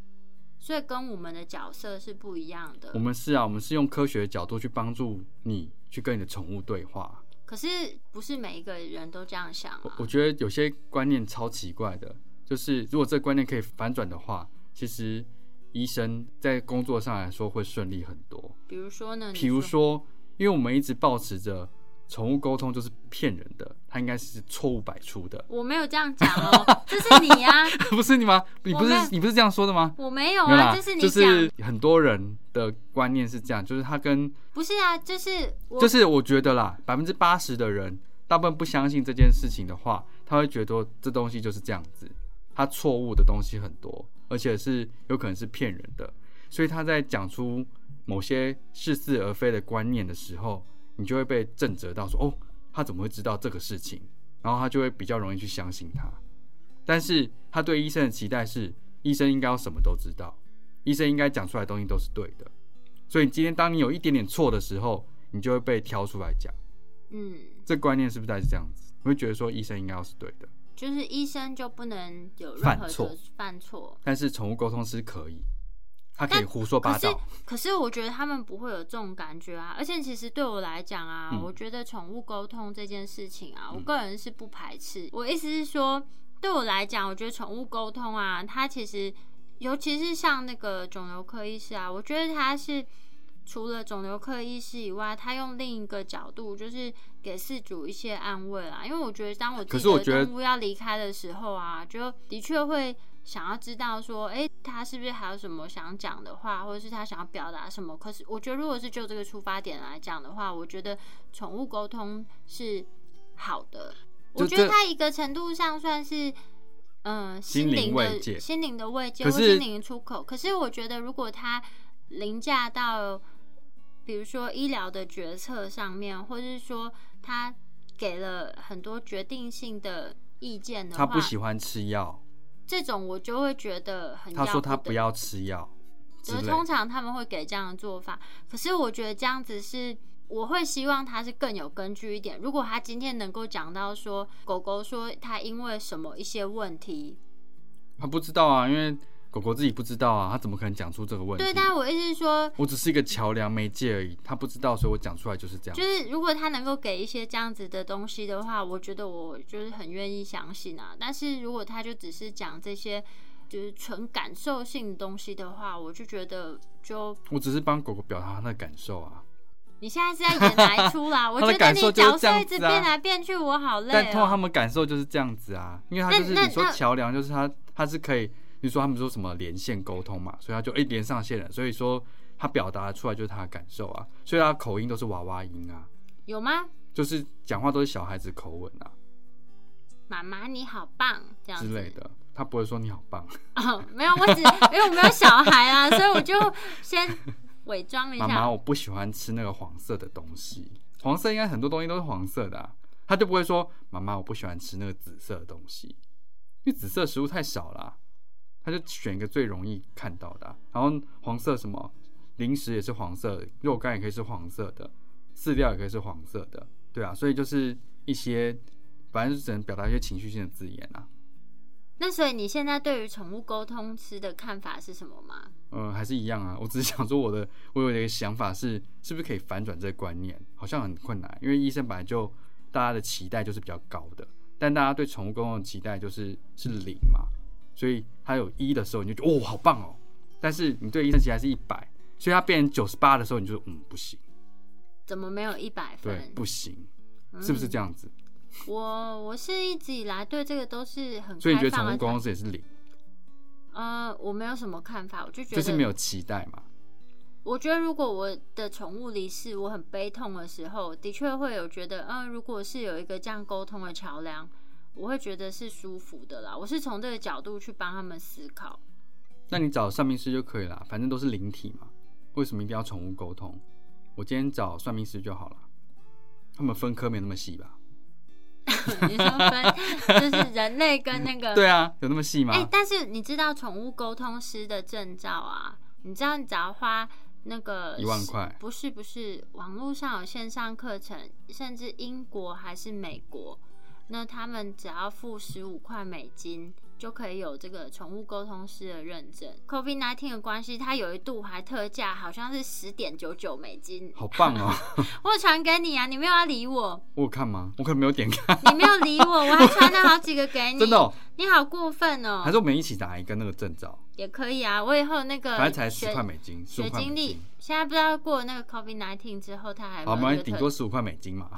Speaker 1: 所以跟我们的角色是不一样的。
Speaker 2: 我们是啊，我们是用科学的角度去帮助你去跟你的宠物对话。
Speaker 1: 可是不是每一个人都这样想啊
Speaker 2: 我，我觉得有些观念超奇怪的，就是如果这个观念可以反转的话，其实医生在工作上来说会顺利很多。
Speaker 1: 比如说呢，你
Speaker 2: 比如说，因为我们一直保持着宠物沟通就是骗人的，它应该是错误百出 的，
Speaker 1: 我没有这样讲 哦，这是你呀、
Speaker 2: 不是你吗？你不
Speaker 1: 我没
Speaker 2: 是
Speaker 1: 有
Speaker 2: 你不是这样说的吗？
Speaker 1: 我没有
Speaker 2: 没有
Speaker 1: 啊，
Speaker 2: 啦，
Speaker 1: 这是你
Speaker 2: 就
Speaker 1: 讲，
Speaker 2: 是很多人的观念是这样，就是他跟
Speaker 1: 不是啊，就是我
Speaker 2: 就是我觉得啦，百分之八十的人大部分不相信这件事情的话，他会觉得这东西就是这样子，他错误的东西很多，而且是有可能是骗人的，所以他在讲出某些似是而非的观念的时候，你就会被震慑到说，哦，他怎么会知道这个事情？然后他就会比较容易去相信他。但是他对医生的期待是，医生应该要什么都知道，医生应该讲出来的东西都是对的。所以今天当你有一点点错的时候，你就会被挑出来讲。
Speaker 1: 嗯。
Speaker 2: 这观念是不是大概是这样子？你会觉得说医生应该要是对的，
Speaker 1: 就是医生就不能有任
Speaker 2: 犯
Speaker 1: 何
Speaker 2: 错
Speaker 1: 的犯错。
Speaker 2: 但是宠物沟通师可以，他可以
Speaker 1: 但
Speaker 2: 胡说
Speaker 1: 可
Speaker 2: 八
Speaker 1: 是
Speaker 2: 道。，
Speaker 1: 可是我觉得他们不会有这种感觉啊。而且，其实对我来讲啊，
Speaker 2: 嗯
Speaker 1: 我觉得宠物沟通这件事情啊，我
Speaker 2: 嗯
Speaker 1: 个人是不排斥。我意思是说，对我来讲，我觉得宠物沟通啊，它其实，尤其是像那个肿瘤科医师啊，我觉得他是除了肿瘤科医师以外，他用另一个角度，就是给饲主一些安慰啦。因为我觉得，当我
Speaker 2: 可
Speaker 1: 自
Speaker 2: 是我
Speaker 1: 己
Speaker 2: 觉得
Speaker 1: 的动物要离开的时候啊，就的确会想要知道说，诶，他是不是还有什么想讲的话，或者是他想要表达什么？可是我觉得，如果是就这个出发点来讲的话，我觉得宠物沟通是好的。
Speaker 2: 就
Speaker 1: 我觉得
Speaker 2: 这
Speaker 1: 它一个程度上算是。嗯，
Speaker 2: 心
Speaker 1: 心
Speaker 2: 灵
Speaker 1: 灵
Speaker 2: 慰
Speaker 1: 的
Speaker 2: 藉
Speaker 1: 心灵的慰藉
Speaker 2: 可
Speaker 1: 或
Speaker 2: 是
Speaker 1: 心灵的出口。可是我觉得，如果它凌驾到，比如说医疗的决策上面，或是说它给了很多决定性的意见的话，
Speaker 2: 他不喜欢吃药，
Speaker 1: 这种我就会觉得很
Speaker 2: 他
Speaker 1: 要
Speaker 2: 说他
Speaker 1: 得
Speaker 2: 不要吃药之
Speaker 1: 就是
Speaker 2: 类
Speaker 1: 通
Speaker 2: 的。
Speaker 1: 常他们会给这样的做法，可是我觉得这样子是，我会希望他是更有根据一点。如果他今天能够讲到说，狗狗说它因为什么一些问题，
Speaker 2: 他不知道啊，因为狗狗自己不知道啊，他怎么可能讲出这个问题？
Speaker 1: 对，但我意思是说，
Speaker 2: 我只是一个桥梁媒介而已，他不知道，所以我讲出来就是这样。
Speaker 1: 就是如果他能够给一些这样子的东西的话，我觉得我就是很愿意相信啊。但是如果他就只是讲这些就是纯感受性的东西的话，我就觉得就
Speaker 2: 我只是帮狗狗表达它的感受啊。
Speaker 1: 你现在是在演哪一出 啦？我
Speaker 2: 他的
Speaker 1: 觉得
Speaker 2: 感受
Speaker 1: 你
Speaker 2: 就是
Speaker 1: 角
Speaker 2: 这
Speaker 1: 色
Speaker 2: 样
Speaker 1: 一直
Speaker 2: 子啊
Speaker 1: 变来变去，我好累、哦。
Speaker 2: 但通常他们感受就是这样子啊，因为他就是
Speaker 1: 那那
Speaker 2: 你说
Speaker 1: 那
Speaker 2: 桥梁，就是他他是可以，比如说他们说什么连线沟通嘛，所以他就哎、诶连上线了，所以说他表达出来就是他的感受啊，所以他口音都是娃娃音啊，
Speaker 1: 有吗？
Speaker 2: 就是讲话都是小孩子口吻啊
Speaker 1: 妈妈你好棒这样
Speaker 2: 之
Speaker 1: 子
Speaker 2: 类的，他不会说你好棒，啊
Speaker 1: 哦，没有，我只因为我没有小孩啊，所以我就先伪装一
Speaker 2: 妈
Speaker 1: 下。
Speaker 2: 妈我不喜欢吃那个黄色的东西，黄色应该很多东西都是黄色的、啊，他就不会说妈妈我不喜欢吃那个紫色的东西，因为紫色食物太少啦、他就选一个最容易看到的啊、然后黄色什么零食也是黄色的，肉干也可以是黄色的，饲料也可以是黄色的，对啊，所以就是一些反正就只能表达一些情绪性的字眼啊，
Speaker 1: 那所以你现在对于宠物沟通师的看法是什么吗？
Speaker 2: 嗯，还是一样啊。我只是想说我的，我有一个想法是，是不是可以反转这个观念？好像很困难，因为医生本来就大家的期待就是比较高的，但大家对宠物沟通的期待就是是零嘛，所以它有一的时候你就觉得哦好棒哦，但是你对医生期待是一百，所以它变成九十八的时候你就说嗯不行，
Speaker 1: 怎么没有一百
Speaker 2: 对
Speaker 1: 分？
Speaker 2: 不行，
Speaker 1: 嗯
Speaker 2: 是不是这样子？
Speaker 1: 我我是一直以来对这个都是很
Speaker 2: 所以你觉
Speaker 1: 开
Speaker 2: 得
Speaker 1: 放
Speaker 2: 宠
Speaker 1: 的
Speaker 2: 物沟通
Speaker 1: 态。
Speaker 2: 师也是零，
Speaker 1: 呃，我没有什么看法，我就觉得
Speaker 2: 就是没有期待嘛？
Speaker 1: 我觉得如果我的宠物离世，我很悲痛的时候，的确会有觉得，嗯、如果是有一个这样沟通的桥梁，我会觉得是舒服的啦。我是从这个角度去帮他们思考。
Speaker 2: 那你找算命师就可以啦，反正都是灵体嘛，为什么一定要宠物沟通？我今天找算命师就好了，他们分科没那么细吧？
Speaker 1: 你说分 就是人类跟那个
Speaker 2: 对啊，有那么细吗？
Speaker 1: 呃哎、但是你知道宠物沟通师的证照啊？你知道你只要花那个
Speaker 2: 一万块
Speaker 1: 不是不是，网络上有线上课程，甚至英国还是美国，那他们只要付十五块美金就可以有这个宠物沟通师的认证。COVID nineteen 的关系，它有一度还特价，好像是十点九九美金。
Speaker 2: 好棒哦！
Speaker 1: 我有传给你啊，你没有要理我，
Speaker 2: 我有看吗？我可能没有点开，
Speaker 1: 你没有理我，我还传了好几个给 你。
Speaker 2: 真的、哦，
Speaker 1: 你好过分哦！
Speaker 2: 还是我们一起打一个那个证照，
Speaker 1: 也可以啊，我以后那个
Speaker 2: 反正才十
Speaker 1: 学
Speaker 2: 块美金，
Speaker 1: 学
Speaker 2: 十五块
Speaker 1: 经
Speaker 2: 美
Speaker 1: 历
Speaker 2: 金，，
Speaker 1: 现在不知道过那个 COVID nineteen 之后，他还有
Speaker 2: 好，我
Speaker 1: 没有一
Speaker 2: 们
Speaker 1: 个
Speaker 2: 顶
Speaker 1: 特
Speaker 2: 多十五块美金嘛。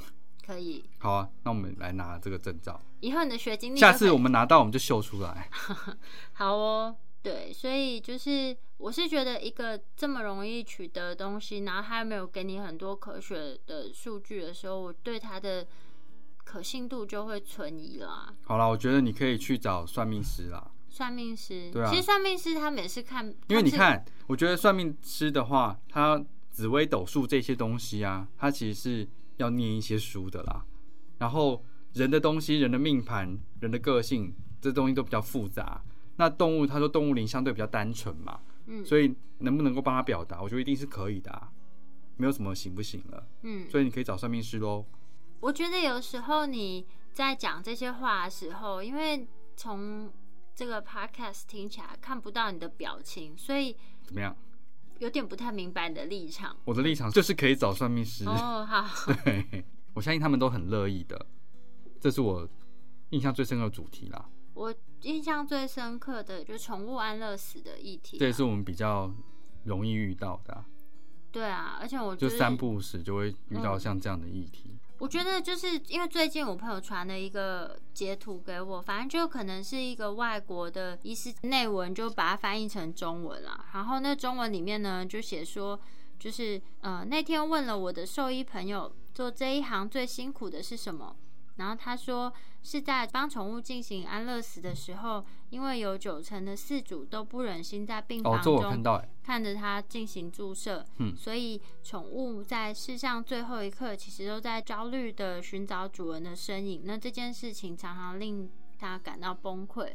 Speaker 1: 可以。
Speaker 2: 好啊，那我们来拿这个证照，
Speaker 1: 以后你的学经历就
Speaker 2: 下
Speaker 1: 可以，
Speaker 2: 次我们拿到我们就秀出来。
Speaker 1: 好哦。对，所以就是我是觉得一个这么容易取得的东西，然后它又没有给你很多科学的数据的时候，我对它的可信度就会存疑啦。
Speaker 2: 好啦，我觉得你可以去找算命师啦，
Speaker 1: 算命师，
Speaker 2: 对啊
Speaker 1: 其实算命师他们也是看，
Speaker 2: 因为你
Speaker 1: 他是
Speaker 2: 看，我觉得算命师的话，他紫微斗数这些东西啊，他其实是要念一些书的啦。然后人的东西、人的命盘、人的个性，这东西都比较复杂。那动物，他说动物灵相对比较单纯嘛，
Speaker 1: 嗯
Speaker 2: 所以能不能够帮他表达，我觉得一定是可以的、啊，没有什么行不行了。
Speaker 1: 嗯，
Speaker 2: 所以你可以找算命师喽。
Speaker 1: 我觉得有时候你在讲这些话的时候，因为从这个 podcast 听起来看不到你的表情，所以
Speaker 2: 怎么样？
Speaker 1: 有点不太明白你的立场。
Speaker 2: 我的立场就是可以找算命师。
Speaker 1: 哦，好，
Speaker 2: 对，我相信他们都很乐意的。这是我印象最深刻的主题啦，
Speaker 1: 我印象最深刻的就是宠物安乐死的议题啊、
Speaker 2: 这也是我们比较容易遇到的啊、
Speaker 1: 对啊，而且我
Speaker 2: 就是三不五时就会遇到像这样的议题。
Speaker 1: 我觉得就是因为最近我朋友传了一个截图给我，反正就可能是一个外国的医师内文，就把它翻译成中文啦。然后那中文里面呢，就写说，就是呃那天问了我的兽医朋友，做这一行最辛苦的是什么？然后他说是在帮宠物进行安乐死的时候，因为有九成的饲主都不忍心在病嗯
Speaker 2: 哦
Speaker 1: 房，
Speaker 2: 这
Speaker 1: 中、
Speaker 2: 我看到哎、
Speaker 1: 看着它进行注射，
Speaker 2: 嗯
Speaker 1: 所以宠物在世上最后一刻，其实都在焦虑的寻找主人的身影。那这件事情常常令它感到崩溃。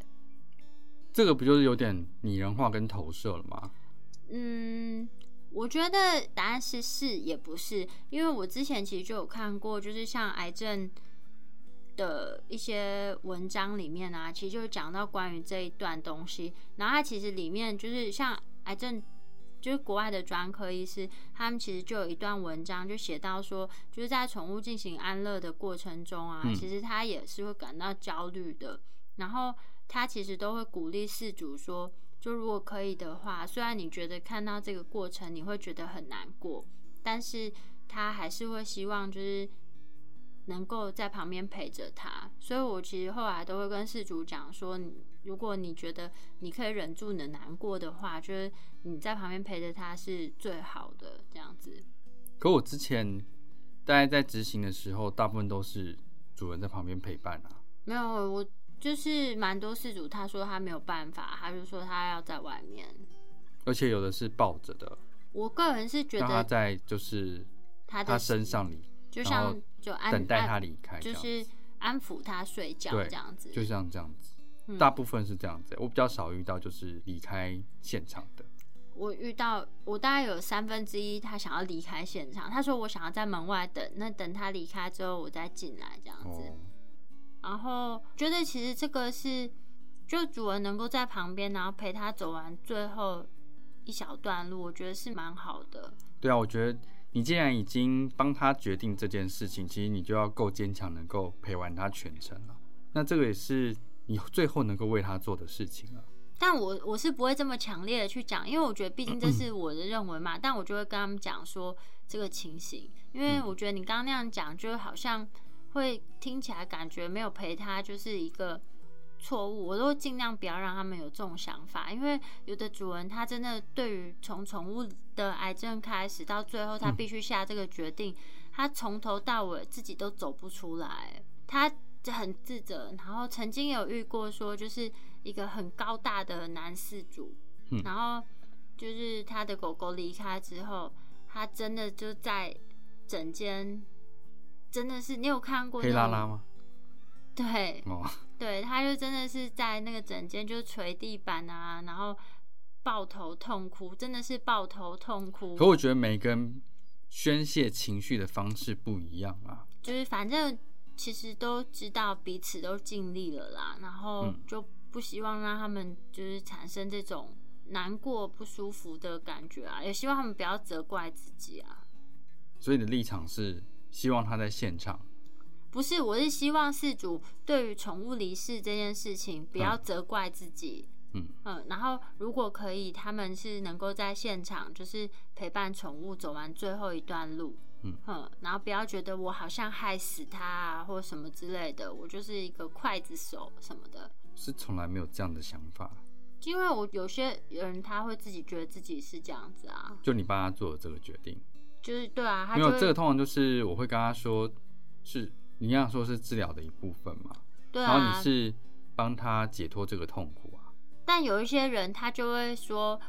Speaker 2: 这个不就是有点拟人化跟投射了吗？
Speaker 1: 嗯，我觉得答案是是也不是，因为我之前其实就有看过，就是像癌症的一些文章里面啊，其实就有讲到关于这一段东西。然后它其实里面就是像癌症，就是国外的专科医师，他们其实就有一段文章就写到说，就是在宠物进行安乐的过程中啊，
Speaker 2: 嗯
Speaker 1: 其实它也是会感到焦虑的。然后他其实都会鼓励饲主说，就如果可以的话，虽然你觉得看到这个过程你会觉得很难过，但是他还是会希望就是能够在旁边陪着他。所以我其实后来都会跟事主讲说，你如果你觉得你可以忍住你的难过的话，就是你在旁边陪着他是最好的这样子。
Speaker 2: 可我之前大概在执行的时候，大部分都是主人在旁边陪伴啊。
Speaker 1: 没有我。就是蛮多事主，他说他没有办法，他就说他要在外面。
Speaker 2: 而且有的是抱着的，
Speaker 1: 我个人是觉
Speaker 2: 让他
Speaker 1: 得
Speaker 2: 在就是
Speaker 1: 他的
Speaker 2: 他身上里，
Speaker 1: 就
Speaker 2: 然后
Speaker 1: 像就安
Speaker 2: 等待他
Speaker 1: 安
Speaker 2: 离开这
Speaker 1: 就
Speaker 2: 样子，
Speaker 1: 是安抚他睡觉
Speaker 2: 对
Speaker 1: 这样子。
Speaker 2: 就像这样子。
Speaker 1: 嗯
Speaker 2: 大部分是这样子、我比较少遇到就是离开现场的。
Speaker 1: 我遇到我大概有三分之一，他想要离开现场，他说我想要在门外等，那等他离开之后我再进来这样子。
Speaker 2: 哦，
Speaker 1: 然后觉得其实这个是，就主人能够在旁边，然后陪他走完最后一小段路，我觉得是蛮好的。
Speaker 2: 对啊，我觉得你既然已经帮他决定这件事情，其实你就要够坚强，能够陪完他全程了。那这个也是你最后能够为他做的事情了。
Speaker 1: 但我我是不会这么强烈的去讲，因为我觉得毕竟这是我的认为嘛。但我就会跟他们讲说这个情形，因为我觉得你刚刚那样讲，就好像会听起来感觉没有陪他，就是一个错误，我都尽量不要让他们有这种想法，因为有的主人他真的对于从宠物的癌症开始到最后，他
Speaker 2: 嗯
Speaker 1: 必须下这个决定，他从头到尾自己都走不出来，他很自责。然后曾经有遇过说，就是一个很高大的男饲主，
Speaker 2: 嗯
Speaker 1: 然后就是他的狗狗离开之后，他真的就在整间，真的是你有看过
Speaker 2: 黑
Speaker 1: 那
Speaker 2: 拉
Speaker 1: 种
Speaker 2: 拉？吗？
Speaker 1: 对，
Speaker 2: 哦，
Speaker 1: 对，他就真的是在那个整间就是捶地板啊，然后抱头痛哭，真的是抱头痛哭。
Speaker 2: 可我觉得每个人宣泄情绪的方式不一样啊。
Speaker 1: 就是反正其实都知道彼此都尽力了啦，然后
Speaker 2: 嗯
Speaker 1: 就不希望让他们就是产生这种难过、不舒服的感觉啊，也希望他们不要责怪自己啊。
Speaker 2: 所以你的立场是希望他在现场，
Speaker 1: 不是，我是希望事主对于宠物离世这件事情不要责怪自己。
Speaker 2: 嗯
Speaker 1: 然后如果可以，他们是能够在现场就是陪伴宠物走完最后一段路。
Speaker 2: 嗯
Speaker 1: 然后不要觉得我好像害死它啊，或什么之类的，我就是一个刽子手什么的。
Speaker 2: 是从来没有这样的想法。
Speaker 1: 因为我有些人他会自己觉得自己是这样子啊，
Speaker 2: 就你帮他做的这个决定，
Speaker 1: 就是对啊，他
Speaker 2: 没
Speaker 1: 就
Speaker 2: 有
Speaker 1: 会
Speaker 2: 这个通常就是我会跟他说，是你刚刚说是治疗的一部分嘛，
Speaker 1: 对
Speaker 2: 然后
Speaker 1: 啊
Speaker 2: 你，是帮他解脱这个痛苦啊。
Speaker 1: 但有一些人他就会说，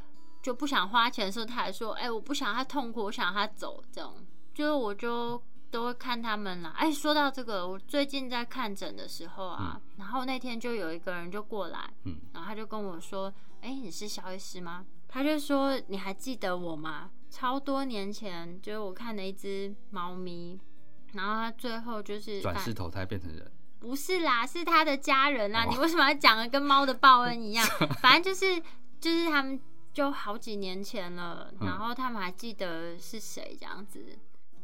Speaker 1: 就不想花钱的时候，他还说：“哎、我不想他痛苦，我想他走。”这种，就是我就都会看他们啦。哎、说到这个，我最近在看诊的时候啊，然后那天就有一个人就过来，
Speaker 2: 嗯，
Speaker 1: 然后他就跟我说：“哎、你是肖医师吗？”他就说：“你还记得我吗？”超多年前，就是我看了一只猫咪，然后它最后就是
Speaker 2: 转
Speaker 1: 反
Speaker 2: 世投胎变成人，
Speaker 1: 不是啦，是他的家人啦。
Speaker 2: 哦
Speaker 1: 你为什么要讲的跟猫的报恩一样？ 反正就是就是他们就好几年前了，
Speaker 2: 嗯
Speaker 1: 然后他们还记得是谁这样子，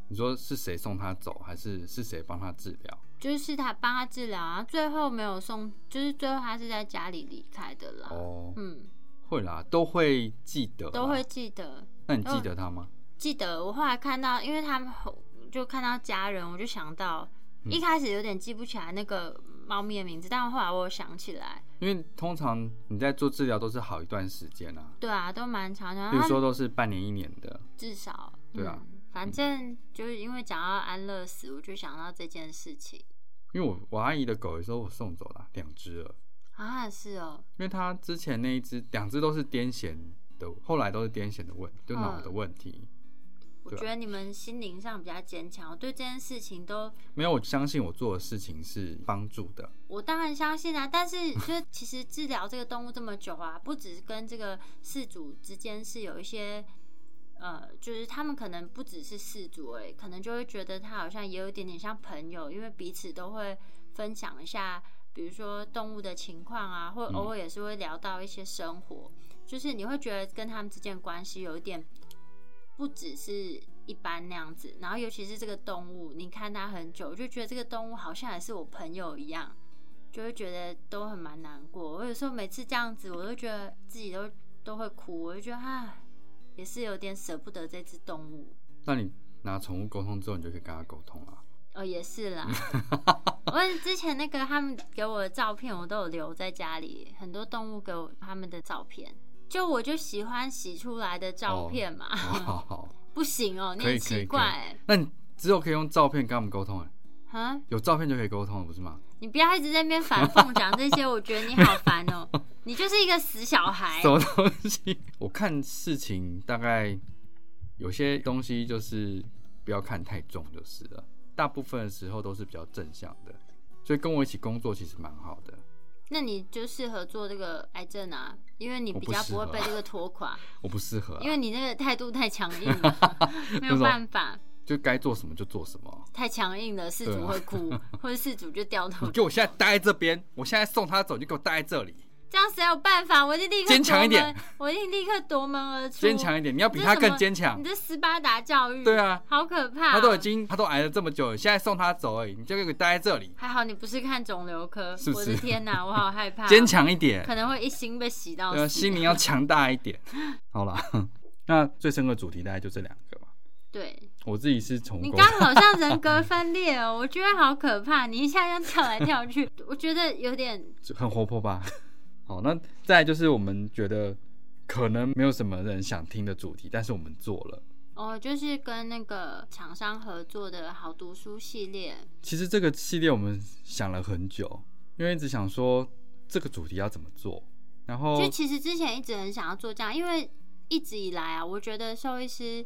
Speaker 2: 你说是谁送他走，还是是谁帮他治疗？
Speaker 1: 就是他帮他治疗啊，最后没有送，就是最后他是在家里离开的啦。
Speaker 2: 哦，
Speaker 1: 嗯，
Speaker 2: 会啦，都会记得，
Speaker 1: 都会。嗯记得
Speaker 2: 那你记得他吗？
Speaker 1: 记得。我后来看到，因为他们后就看到家人，我就想到。一开始有点记不起来那个猫咪的名字，但后来我有想起来，
Speaker 2: 因为通常你在做治疗都是好一段时间啊，
Speaker 1: 对啊，都蛮长的。然
Speaker 2: 比
Speaker 1: 后
Speaker 2: 如
Speaker 1: 他
Speaker 2: 说都是半年一年的，
Speaker 1: 至少
Speaker 2: 对啊
Speaker 1: 嗯反正就是因为讲到安乐死，我就想到这件事情
Speaker 2: 因为我我阿姨的狗也时候我送走了两只了，
Speaker 1: 啊，是哦，
Speaker 2: 因为她之前那一只两只都是癫痫的，后来都是癫痫的问，就脑
Speaker 1: 嗯
Speaker 2: 的问题。
Speaker 1: 我
Speaker 2: 对啊
Speaker 1: 觉得你们心灵上比较坚强，我对这件事情都
Speaker 2: 没有，我相信我做的事情是帮助的。
Speaker 1: 我当然相信啊，但是就是其实治疗这个动物这么久啊，不只是跟这个饲主之间是有一些。呃，就是他们可能不只是饲主而已，可能就会觉得他好像也有一点点像朋友，因为彼此都会分享一下，比如说动物的情况啊，或
Speaker 2: 嗯
Speaker 1: 偶尔也是会聊到一些生活，就是你会觉得跟他们之间的关系有一点不只是一般那样子，然后尤其是这个动物，你看它很久，就觉得这个动物好像也是我朋友一样，就会觉得都很蛮难过。我有时候每次这样子，我都觉得自己都都会哭，我就觉得啊，也是有点舍不得这只动物。
Speaker 2: 那你拿宠物沟通之后，你就可以跟他沟通 了。
Speaker 1: 哦，也是 啦。我之前那个他们给我的照片，我都有留在家里，很多动物给我他们的照片，就我就喜欢洗出来的照
Speaker 2: 哦
Speaker 1: 片嘛。
Speaker 2: 好 好好，
Speaker 1: 不行哦，你
Speaker 2: 可以
Speaker 1: 很
Speaker 2: 可以
Speaker 1: 奇
Speaker 2: 可
Speaker 1: 怪
Speaker 2: 以
Speaker 1: 欸。
Speaker 2: 那你之后可以用照片跟他们沟通，哎，
Speaker 1: 啊！
Speaker 2: 有照片就可以沟通了，不是吗？
Speaker 1: 你不要一直在那边反讽讲这些，我觉得你好烦哦、 你就是一个死小孩
Speaker 2: 什。么东西？我看事情大概有些东西就是不要看太重就是了，大部分的时候都是比较正向的，所以跟我一起工作其实蛮好的。
Speaker 1: 那你就适合做这个癌症啊，因为你
Speaker 2: 我
Speaker 1: 比
Speaker 2: 不
Speaker 1: 较
Speaker 2: 适
Speaker 1: 不会
Speaker 2: 合
Speaker 1: 被
Speaker 2: 啊
Speaker 1: 这个 拖垮，
Speaker 2: 我不适合、啊，
Speaker 1: 因为你那个态度太强硬 了，没有
Speaker 2: 那种
Speaker 1: 办法，
Speaker 2: 就该做什么就做什么。
Speaker 1: 太强硬了，事主
Speaker 2: 对啊
Speaker 1: 会 哭，或者事主就掉头
Speaker 2: 你。给我现在待在这边，我现在送他走，你就给我待在这里，
Speaker 1: 这样谁有办法？我一定立刻
Speaker 2: 坚强
Speaker 1: 夺
Speaker 2: 一点
Speaker 1: 门，我一定立刻夺门而出。
Speaker 2: 坚强一点，你要比他
Speaker 1: 你这什
Speaker 2: 更
Speaker 1: 么
Speaker 2: 坚强
Speaker 1: 你。这斯巴达教育，
Speaker 2: 对啊，
Speaker 1: 好可怕哦、
Speaker 2: 他都已经他都挨了这么久了，现在送他走而已，你就给我待在这里，
Speaker 1: 还好你不是看肿瘤科，
Speaker 2: 是不
Speaker 1: 我
Speaker 2: 是
Speaker 1: 的天哪，我好 害怕、哦
Speaker 2: 坚，强一点
Speaker 1: 可，能会一心被洗到
Speaker 2: 呃，
Speaker 1: 死。
Speaker 2: 心 灵 要强大一点。好啦，那最深刻的主题大概就这两个嘛。
Speaker 1: 对，
Speaker 2: 我自己是宠物
Speaker 1: 你
Speaker 2: 沟
Speaker 1: 刚
Speaker 2: 通，
Speaker 1: 刚好像人格分裂哦，我觉得好可怕。你一下就跳来跳去， 我觉得有点
Speaker 2: 就很活 泼吧。好，那再来就是我们觉得可能没有什么人想听的主题，但是我们做了。
Speaker 1: 哦，就是跟那个厂商合作的好读书系列，
Speaker 2: 其实这个系列我们想了很久，因为一直想说这个主题要怎么做，然后
Speaker 1: 就其实之前一直很想要做这样，因为一直以来啊，我觉得兽医师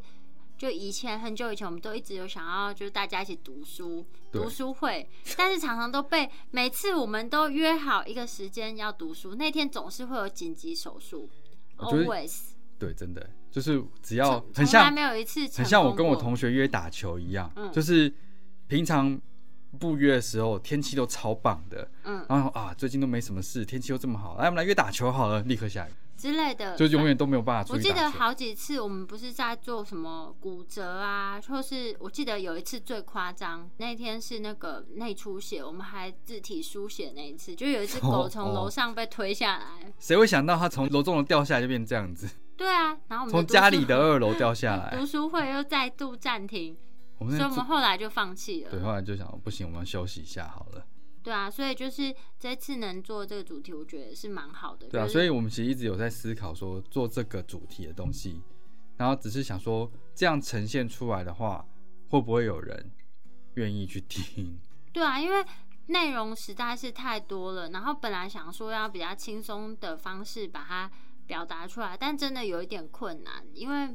Speaker 1: 就以前很久以前，我们都一直有想要就是大家一起读书
Speaker 2: 对
Speaker 1: 读书会，但是常常都被每次我们都约好一个时间要读书，那天总是会有紧急手术
Speaker 2: 我觉得
Speaker 1: ，always
Speaker 2: 对，真的就是只要
Speaker 1: 从
Speaker 2: 很
Speaker 1: 从来
Speaker 2: 像
Speaker 1: 没有一次成
Speaker 2: 很像我
Speaker 1: 功
Speaker 2: 跟我
Speaker 1: 过
Speaker 2: 同学约打球一样，
Speaker 1: 嗯
Speaker 2: 就是平常不约的时候天气都超棒的，
Speaker 1: 嗯
Speaker 2: 然后啊最近都没什么事，天气又这么好，来我们来约打球好了，立刻下雨，
Speaker 1: 之类的，
Speaker 2: 就永远都没有办法
Speaker 1: 我
Speaker 2: 出
Speaker 1: 记
Speaker 2: 去打
Speaker 1: 得
Speaker 2: 球。
Speaker 1: 好几次，我们不是在做什么骨折啊，或是我记得有一次最夸张，那天是那个内出血，我们还自体输血那一次，就有一只狗从楼上被推下 来，
Speaker 2: 谁会想到他从楼中楼掉下来就变这样子，
Speaker 1: 对啊，然后我们
Speaker 2: 从
Speaker 1: 读
Speaker 2: 家
Speaker 1: 书
Speaker 2: 里的二楼掉下
Speaker 1: 读
Speaker 2: 来？
Speaker 1: 书会又再度暂停，
Speaker 2: 我们
Speaker 1: 所以
Speaker 2: 那
Speaker 1: 我们后来就放弃
Speaker 2: 对
Speaker 1: 了。
Speaker 2: 后来就想不行，我们要休息一下好了。
Speaker 1: 对啊，所以就是这次能做这个主题，我觉得是蛮好的。
Speaker 2: 对啊，
Speaker 1: 就是
Speaker 2: 所以我们其实一直有在思考说做这个主题的东西，然后只是想说这样呈现出来的话，会不会有人愿意去听？
Speaker 1: 对啊，因为内容实在是太多了，然后本来想说要比较轻松的方式把它表达出来，但真的有一点困难，因为、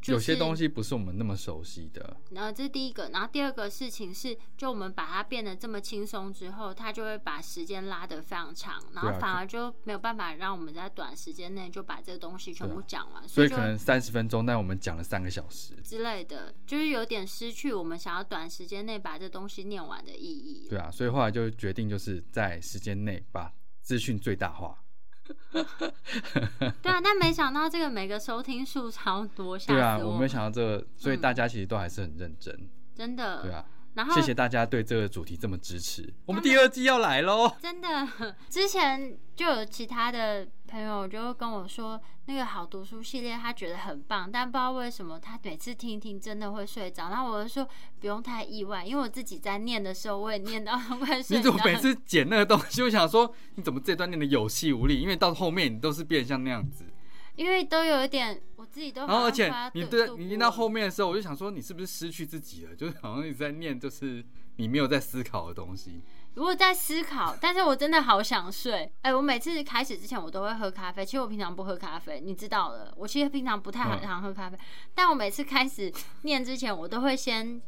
Speaker 1: 就是、
Speaker 2: 有些东，西不是我们那么熟悉的，
Speaker 1: 然后这是第一个，然后第二个事情是，就我们把它变得这么轻松之后，它就会把时间拉得非常长，然
Speaker 2: 对啊
Speaker 1: 后反而就没有办法让我们在短时间内就把这个东西全部
Speaker 2: 对啊
Speaker 1: 讲完，
Speaker 2: 所以
Speaker 1: 就
Speaker 2: 可能三十分钟，但我们讲了三个小时。
Speaker 1: 之类的，就是有点失去我们想要短时间内把这东西念完的意义。
Speaker 2: 对啊，所以后来就决定就是在时间内把资讯最大化。
Speaker 1: 对啊，但没想到这个每个收听数超多，吓
Speaker 2: 对啊，
Speaker 1: 死
Speaker 2: 我
Speaker 1: 我
Speaker 2: 没有想到这个，所以
Speaker 1: 嗯
Speaker 2: 大家其实都还是很认真。
Speaker 1: 真的。
Speaker 2: 对啊，
Speaker 1: 然后
Speaker 2: 谢谢大家对这个主题这么支持，我们第二季要来喽。
Speaker 1: 真的， 之前就有其他的朋友就跟我说，那个好读书系列他觉得很棒，但不知道为什么他每次听一听真的会睡着。然后我就说不用太意外，因为我自己在念的时候我也念到快睡着。
Speaker 2: 你怎么每次剪那个东西，我想说你怎么这段念的有气无力？因为到后面你都是变像那样子，
Speaker 1: 因为都有一点我自己都
Speaker 2: 然
Speaker 1: 哦好像
Speaker 2: 后而且
Speaker 1: 快要
Speaker 2: 你
Speaker 1: 度
Speaker 2: 对
Speaker 1: 度
Speaker 2: 你
Speaker 1: 过
Speaker 2: 念到
Speaker 1: 了
Speaker 2: 后面的时候，我就想说你是不是失去自己了？就是好像一直在念，就是你没有在思考的东西。
Speaker 1: 如果在思考，但是我真的好想睡。哎、我每次开始之前我都会喝咖啡，其实我平常不喝咖啡，你知道的，我其实平常不太
Speaker 2: 嗯
Speaker 1: 常喝咖啡，但我每次开始念之前，我都会先。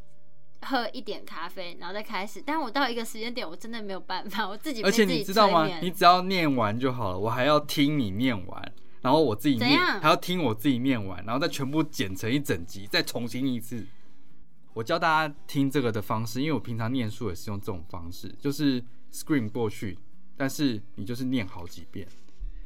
Speaker 1: 喝一点咖啡，然后再开始。但我到一个时间点，我真的没有办法，我自己被
Speaker 2: 而且
Speaker 1: 自己
Speaker 2: 你知道吗
Speaker 1: 催？眠
Speaker 2: 你只要念完就好了，我还要听你念完，然后我自己
Speaker 1: 怎
Speaker 2: 念，
Speaker 1: 样
Speaker 2: 还要听我自己念完，然后再全部剪成一整集，再重新一次。我教大家听这个的方式，因为我平常念书也是用这种方式，就是 scream 过去，但是你就是念好几遍，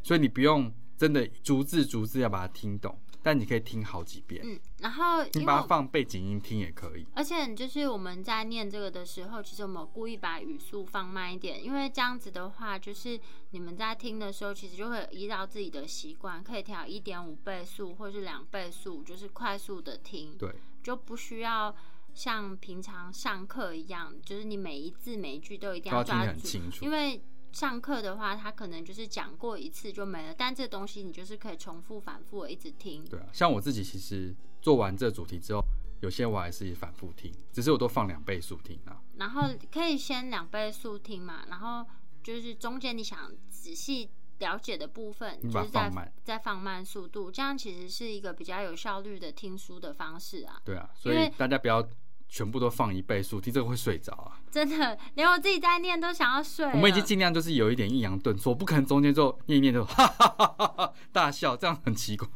Speaker 2: 所以你不用真的逐字逐字要把它听懂，但你可以听好几遍，
Speaker 1: 嗯，然后因
Speaker 2: 你
Speaker 1: 为
Speaker 2: 把它
Speaker 1: 我
Speaker 2: 放背景音听也可以。
Speaker 1: 而且就是我们在念这个的时候，其实我们有故意把语速放慢一点，因为这样子的话，就是你们在听的时候，其实就会依照自己的习惯，可以调一点五倍速或是两倍速，就是快速的听，
Speaker 2: 对，
Speaker 1: 就不需要像平常上课一样，就是你每一字每一句都一定
Speaker 2: 都要听
Speaker 1: 抓
Speaker 2: 得很
Speaker 1: 住，
Speaker 2: 清楚
Speaker 1: 因。为。上课的话，他可能就是讲过一次就没了，但这东西你就是可以重复、反复的一直听。
Speaker 2: 对啊，像我自己其实做完这主题之后，有些我还是反复听，只是我都放两倍速听啊。
Speaker 1: 然后可以先两倍速听嘛，然后就是中间你想仔细了解的部分，
Speaker 2: 你
Speaker 1: 就
Speaker 2: 把它
Speaker 1: 是再
Speaker 2: 放慢
Speaker 1: 再放慢速度，这样其实是一个比较有效率的听书的方式啊。
Speaker 2: 对啊，所
Speaker 1: 因
Speaker 2: 以
Speaker 1: 为
Speaker 2: 大家不要全部都放一倍速听，这个会睡着啊。
Speaker 1: 真的，连我自己在念都想要睡了。啊
Speaker 2: 我们已经尽量就是有一点抑扬顿挫，不可能中间就念一念就哈哈哈哈哈大笑，这样很奇怪。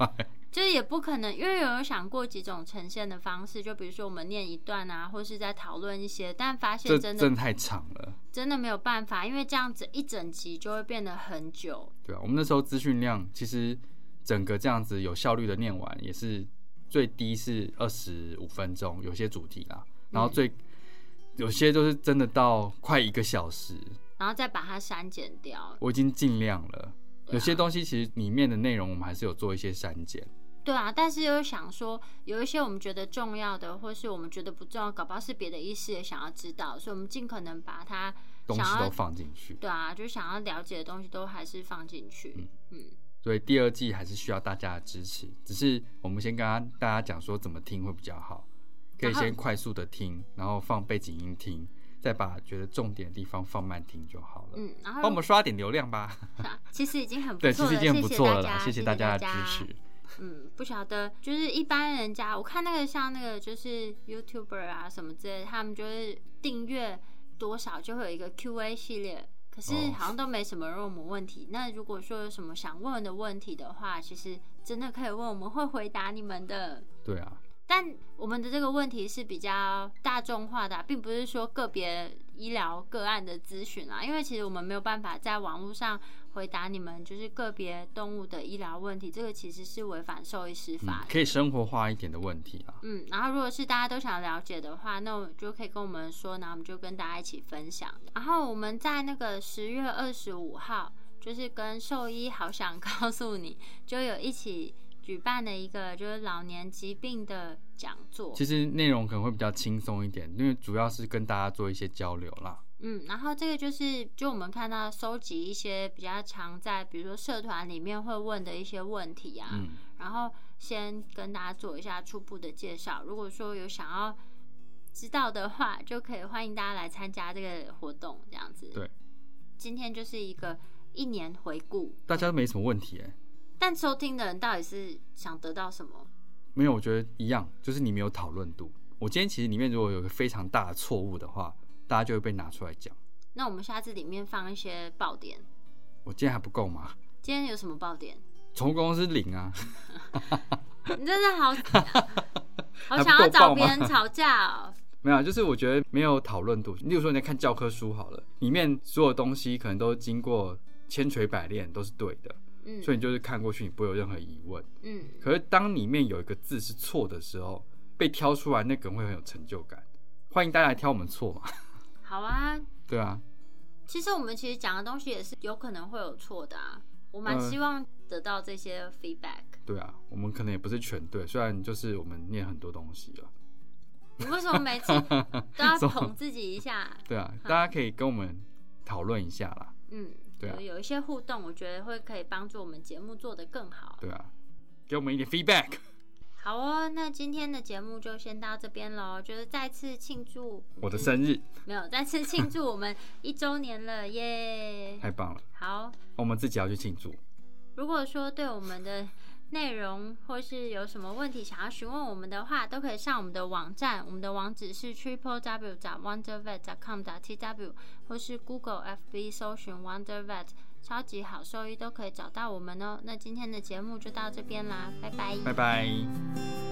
Speaker 1: 就是也不可能，因为有想过几种呈现的方式，就比如说我们念一段啊，或是在讨论一些，但发
Speaker 2: 这
Speaker 1: 现真的
Speaker 2: 真的太长了。
Speaker 1: 真的没有办法，因为这样子一整集就会变得很久。
Speaker 2: 对啊，我们那时候资讯量其实整个这样子有效率的念完，也是最低是二十五分钟，有些主题啦，然后最、有些就是真的到快一个小时，
Speaker 1: 然后再把它删减掉，
Speaker 2: 我已经尽量了。
Speaker 1: 对啊
Speaker 2: 有些东西其实里面的内容我们还是有做一些删减，
Speaker 1: 对啊，但是又想说，有一些我们觉得重要的，或是我们觉得不重要，搞不好是别的医师也想要知道，所以我们尽可能把它
Speaker 2: 东西
Speaker 1: 想要
Speaker 2: 都放进去。
Speaker 1: 对啊，就想要了解的东西都还是放进去。嗯
Speaker 2: 所以第二季还是需要大家的支持，只是我们先跟大家讲说怎么听会比较好，可以
Speaker 1: 然后
Speaker 2: 先快速的听，然后放背景音听，再把觉得重点的地方放慢听就好了。
Speaker 1: 嗯，然后啊
Speaker 2: 帮我们刷点流量吧！
Speaker 1: 其实已经很不
Speaker 2: 对，
Speaker 1: 错
Speaker 2: 其
Speaker 1: 了，
Speaker 2: 实已经很不错了啦，
Speaker 1: 谢
Speaker 2: 谢
Speaker 1: 大家，
Speaker 2: 大的支持。
Speaker 1: 嗯，不晓得，就是一般人家，我看那个像那个就是 YouTuber 啊什么之类的，他们就是订阅多少就会有一个 Q&A 系列，可是
Speaker 2: 哦
Speaker 1: 好像都没什么人问我们问题。那如果说有什么想问的问题的话，其实真的可以问，我们会回答你们的。
Speaker 2: 对啊，
Speaker 1: 但我们的这个问题是比较大众化的啊、并不是说个别医疗个案的咨询啊，因为其实我们没有办法在网络上回答你们就是个别动物的医疗问题，这个其实是违反兽医师
Speaker 2: 嗯
Speaker 1: 法，的。
Speaker 2: 可以生活化一点的问题啊。
Speaker 1: 嗯，然后如果是大家都想了解的话，那我就可以跟我们说，然后我们就跟大家一起分享。然后我们在那个十月二十五号，就是跟兽医好想告诉你，就有一起举办的一个就是老年疾病的讲座。
Speaker 2: 其实内容可能会比较轻松一点，因为主要是跟大家做一些交流啦。
Speaker 1: 嗯，然后这个就是就我们看到收集一些比较常在比如说社团里面会问的一些问题啊，
Speaker 2: 嗯，
Speaker 1: 然后先跟大家做一下初步的介绍。如果说有想要知道的话，就可以欢迎大家来参加这个活动，这样子。
Speaker 2: 对，
Speaker 1: 今天就是一个一年回顾，
Speaker 2: 大家都没什么问题哎、
Speaker 1: 但收听的人到底是想得到什么？
Speaker 2: 没有，我觉得一样，就是你没有讨论度。我今天其实里面如果有一个非常大的错误的话，大家就会被拿出来讲。
Speaker 1: 那我们下次里面放一些爆点。
Speaker 2: 我今天还不够吗？
Speaker 1: 今天有什么爆点？
Speaker 2: 宠物公司零啊，
Speaker 1: 你真的好好
Speaker 2: 还不
Speaker 1: 想要
Speaker 2: 够
Speaker 1: 找
Speaker 2: 爆
Speaker 1: 别
Speaker 2: 吗
Speaker 1: 人吵架哦。
Speaker 2: 没有啊，就是我觉得没有讨论度。例如说你在看教科书好了，里面所有东西可能都经过千锤百炼，都是对的，
Speaker 1: 嗯
Speaker 2: 所以你就是看过去，你不会有任何疑问。
Speaker 1: 嗯，
Speaker 2: 可是当里面有一个字是错的时候，被挑出来，那个人会很有成就感。欢迎大家来挑我们错嘛，
Speaker 1: 好啊。
Speaker 2: 对啊，
Speaker 1: 其实我们其实讲的东西也是有可能会有错的啊。我蛮
Speaker 2: 嗯
Speaker 1: 希望得到这些 feedback。
Speaker 2: 对啊，我们可能也不是全对，虽然就是我们念很多东西啊了。
Speaker 1: 你为什么每次都要捧自己一下？
Speaker 2: 对啊，大家可以跟我们讨论一下啦。
Speaker 1: 嗯，
Speaker 2: 对啊
Speaker 1: 有有一些互动，我觉得会可以帮助我们节目做得更好。
Speaker 2: 对啊，给我们一点 feedback。
Speaker 1: 好哦，那今天的节目就先到这边喽，就是再次庆祝
Speaker 2: 我的生日
Speaker 1: 没有，再次庆祝我们一周年了 耶！
Speaker 2: 太棒了，
Speaker 1: 好，
Speaker 2: 我们自己要去庆祝。
Speaker 1: 如果说对我们的内容或是有什么问题想要询问我们的话，都可以上我们的网站，我们的网址是 triple w wondervet com t w 或是 Google FB 搜寻 wondervet 超级好兽医都可以找到我们哦。那今天的节目就到这边啦，拜拜
Speaker 2: 拜拜。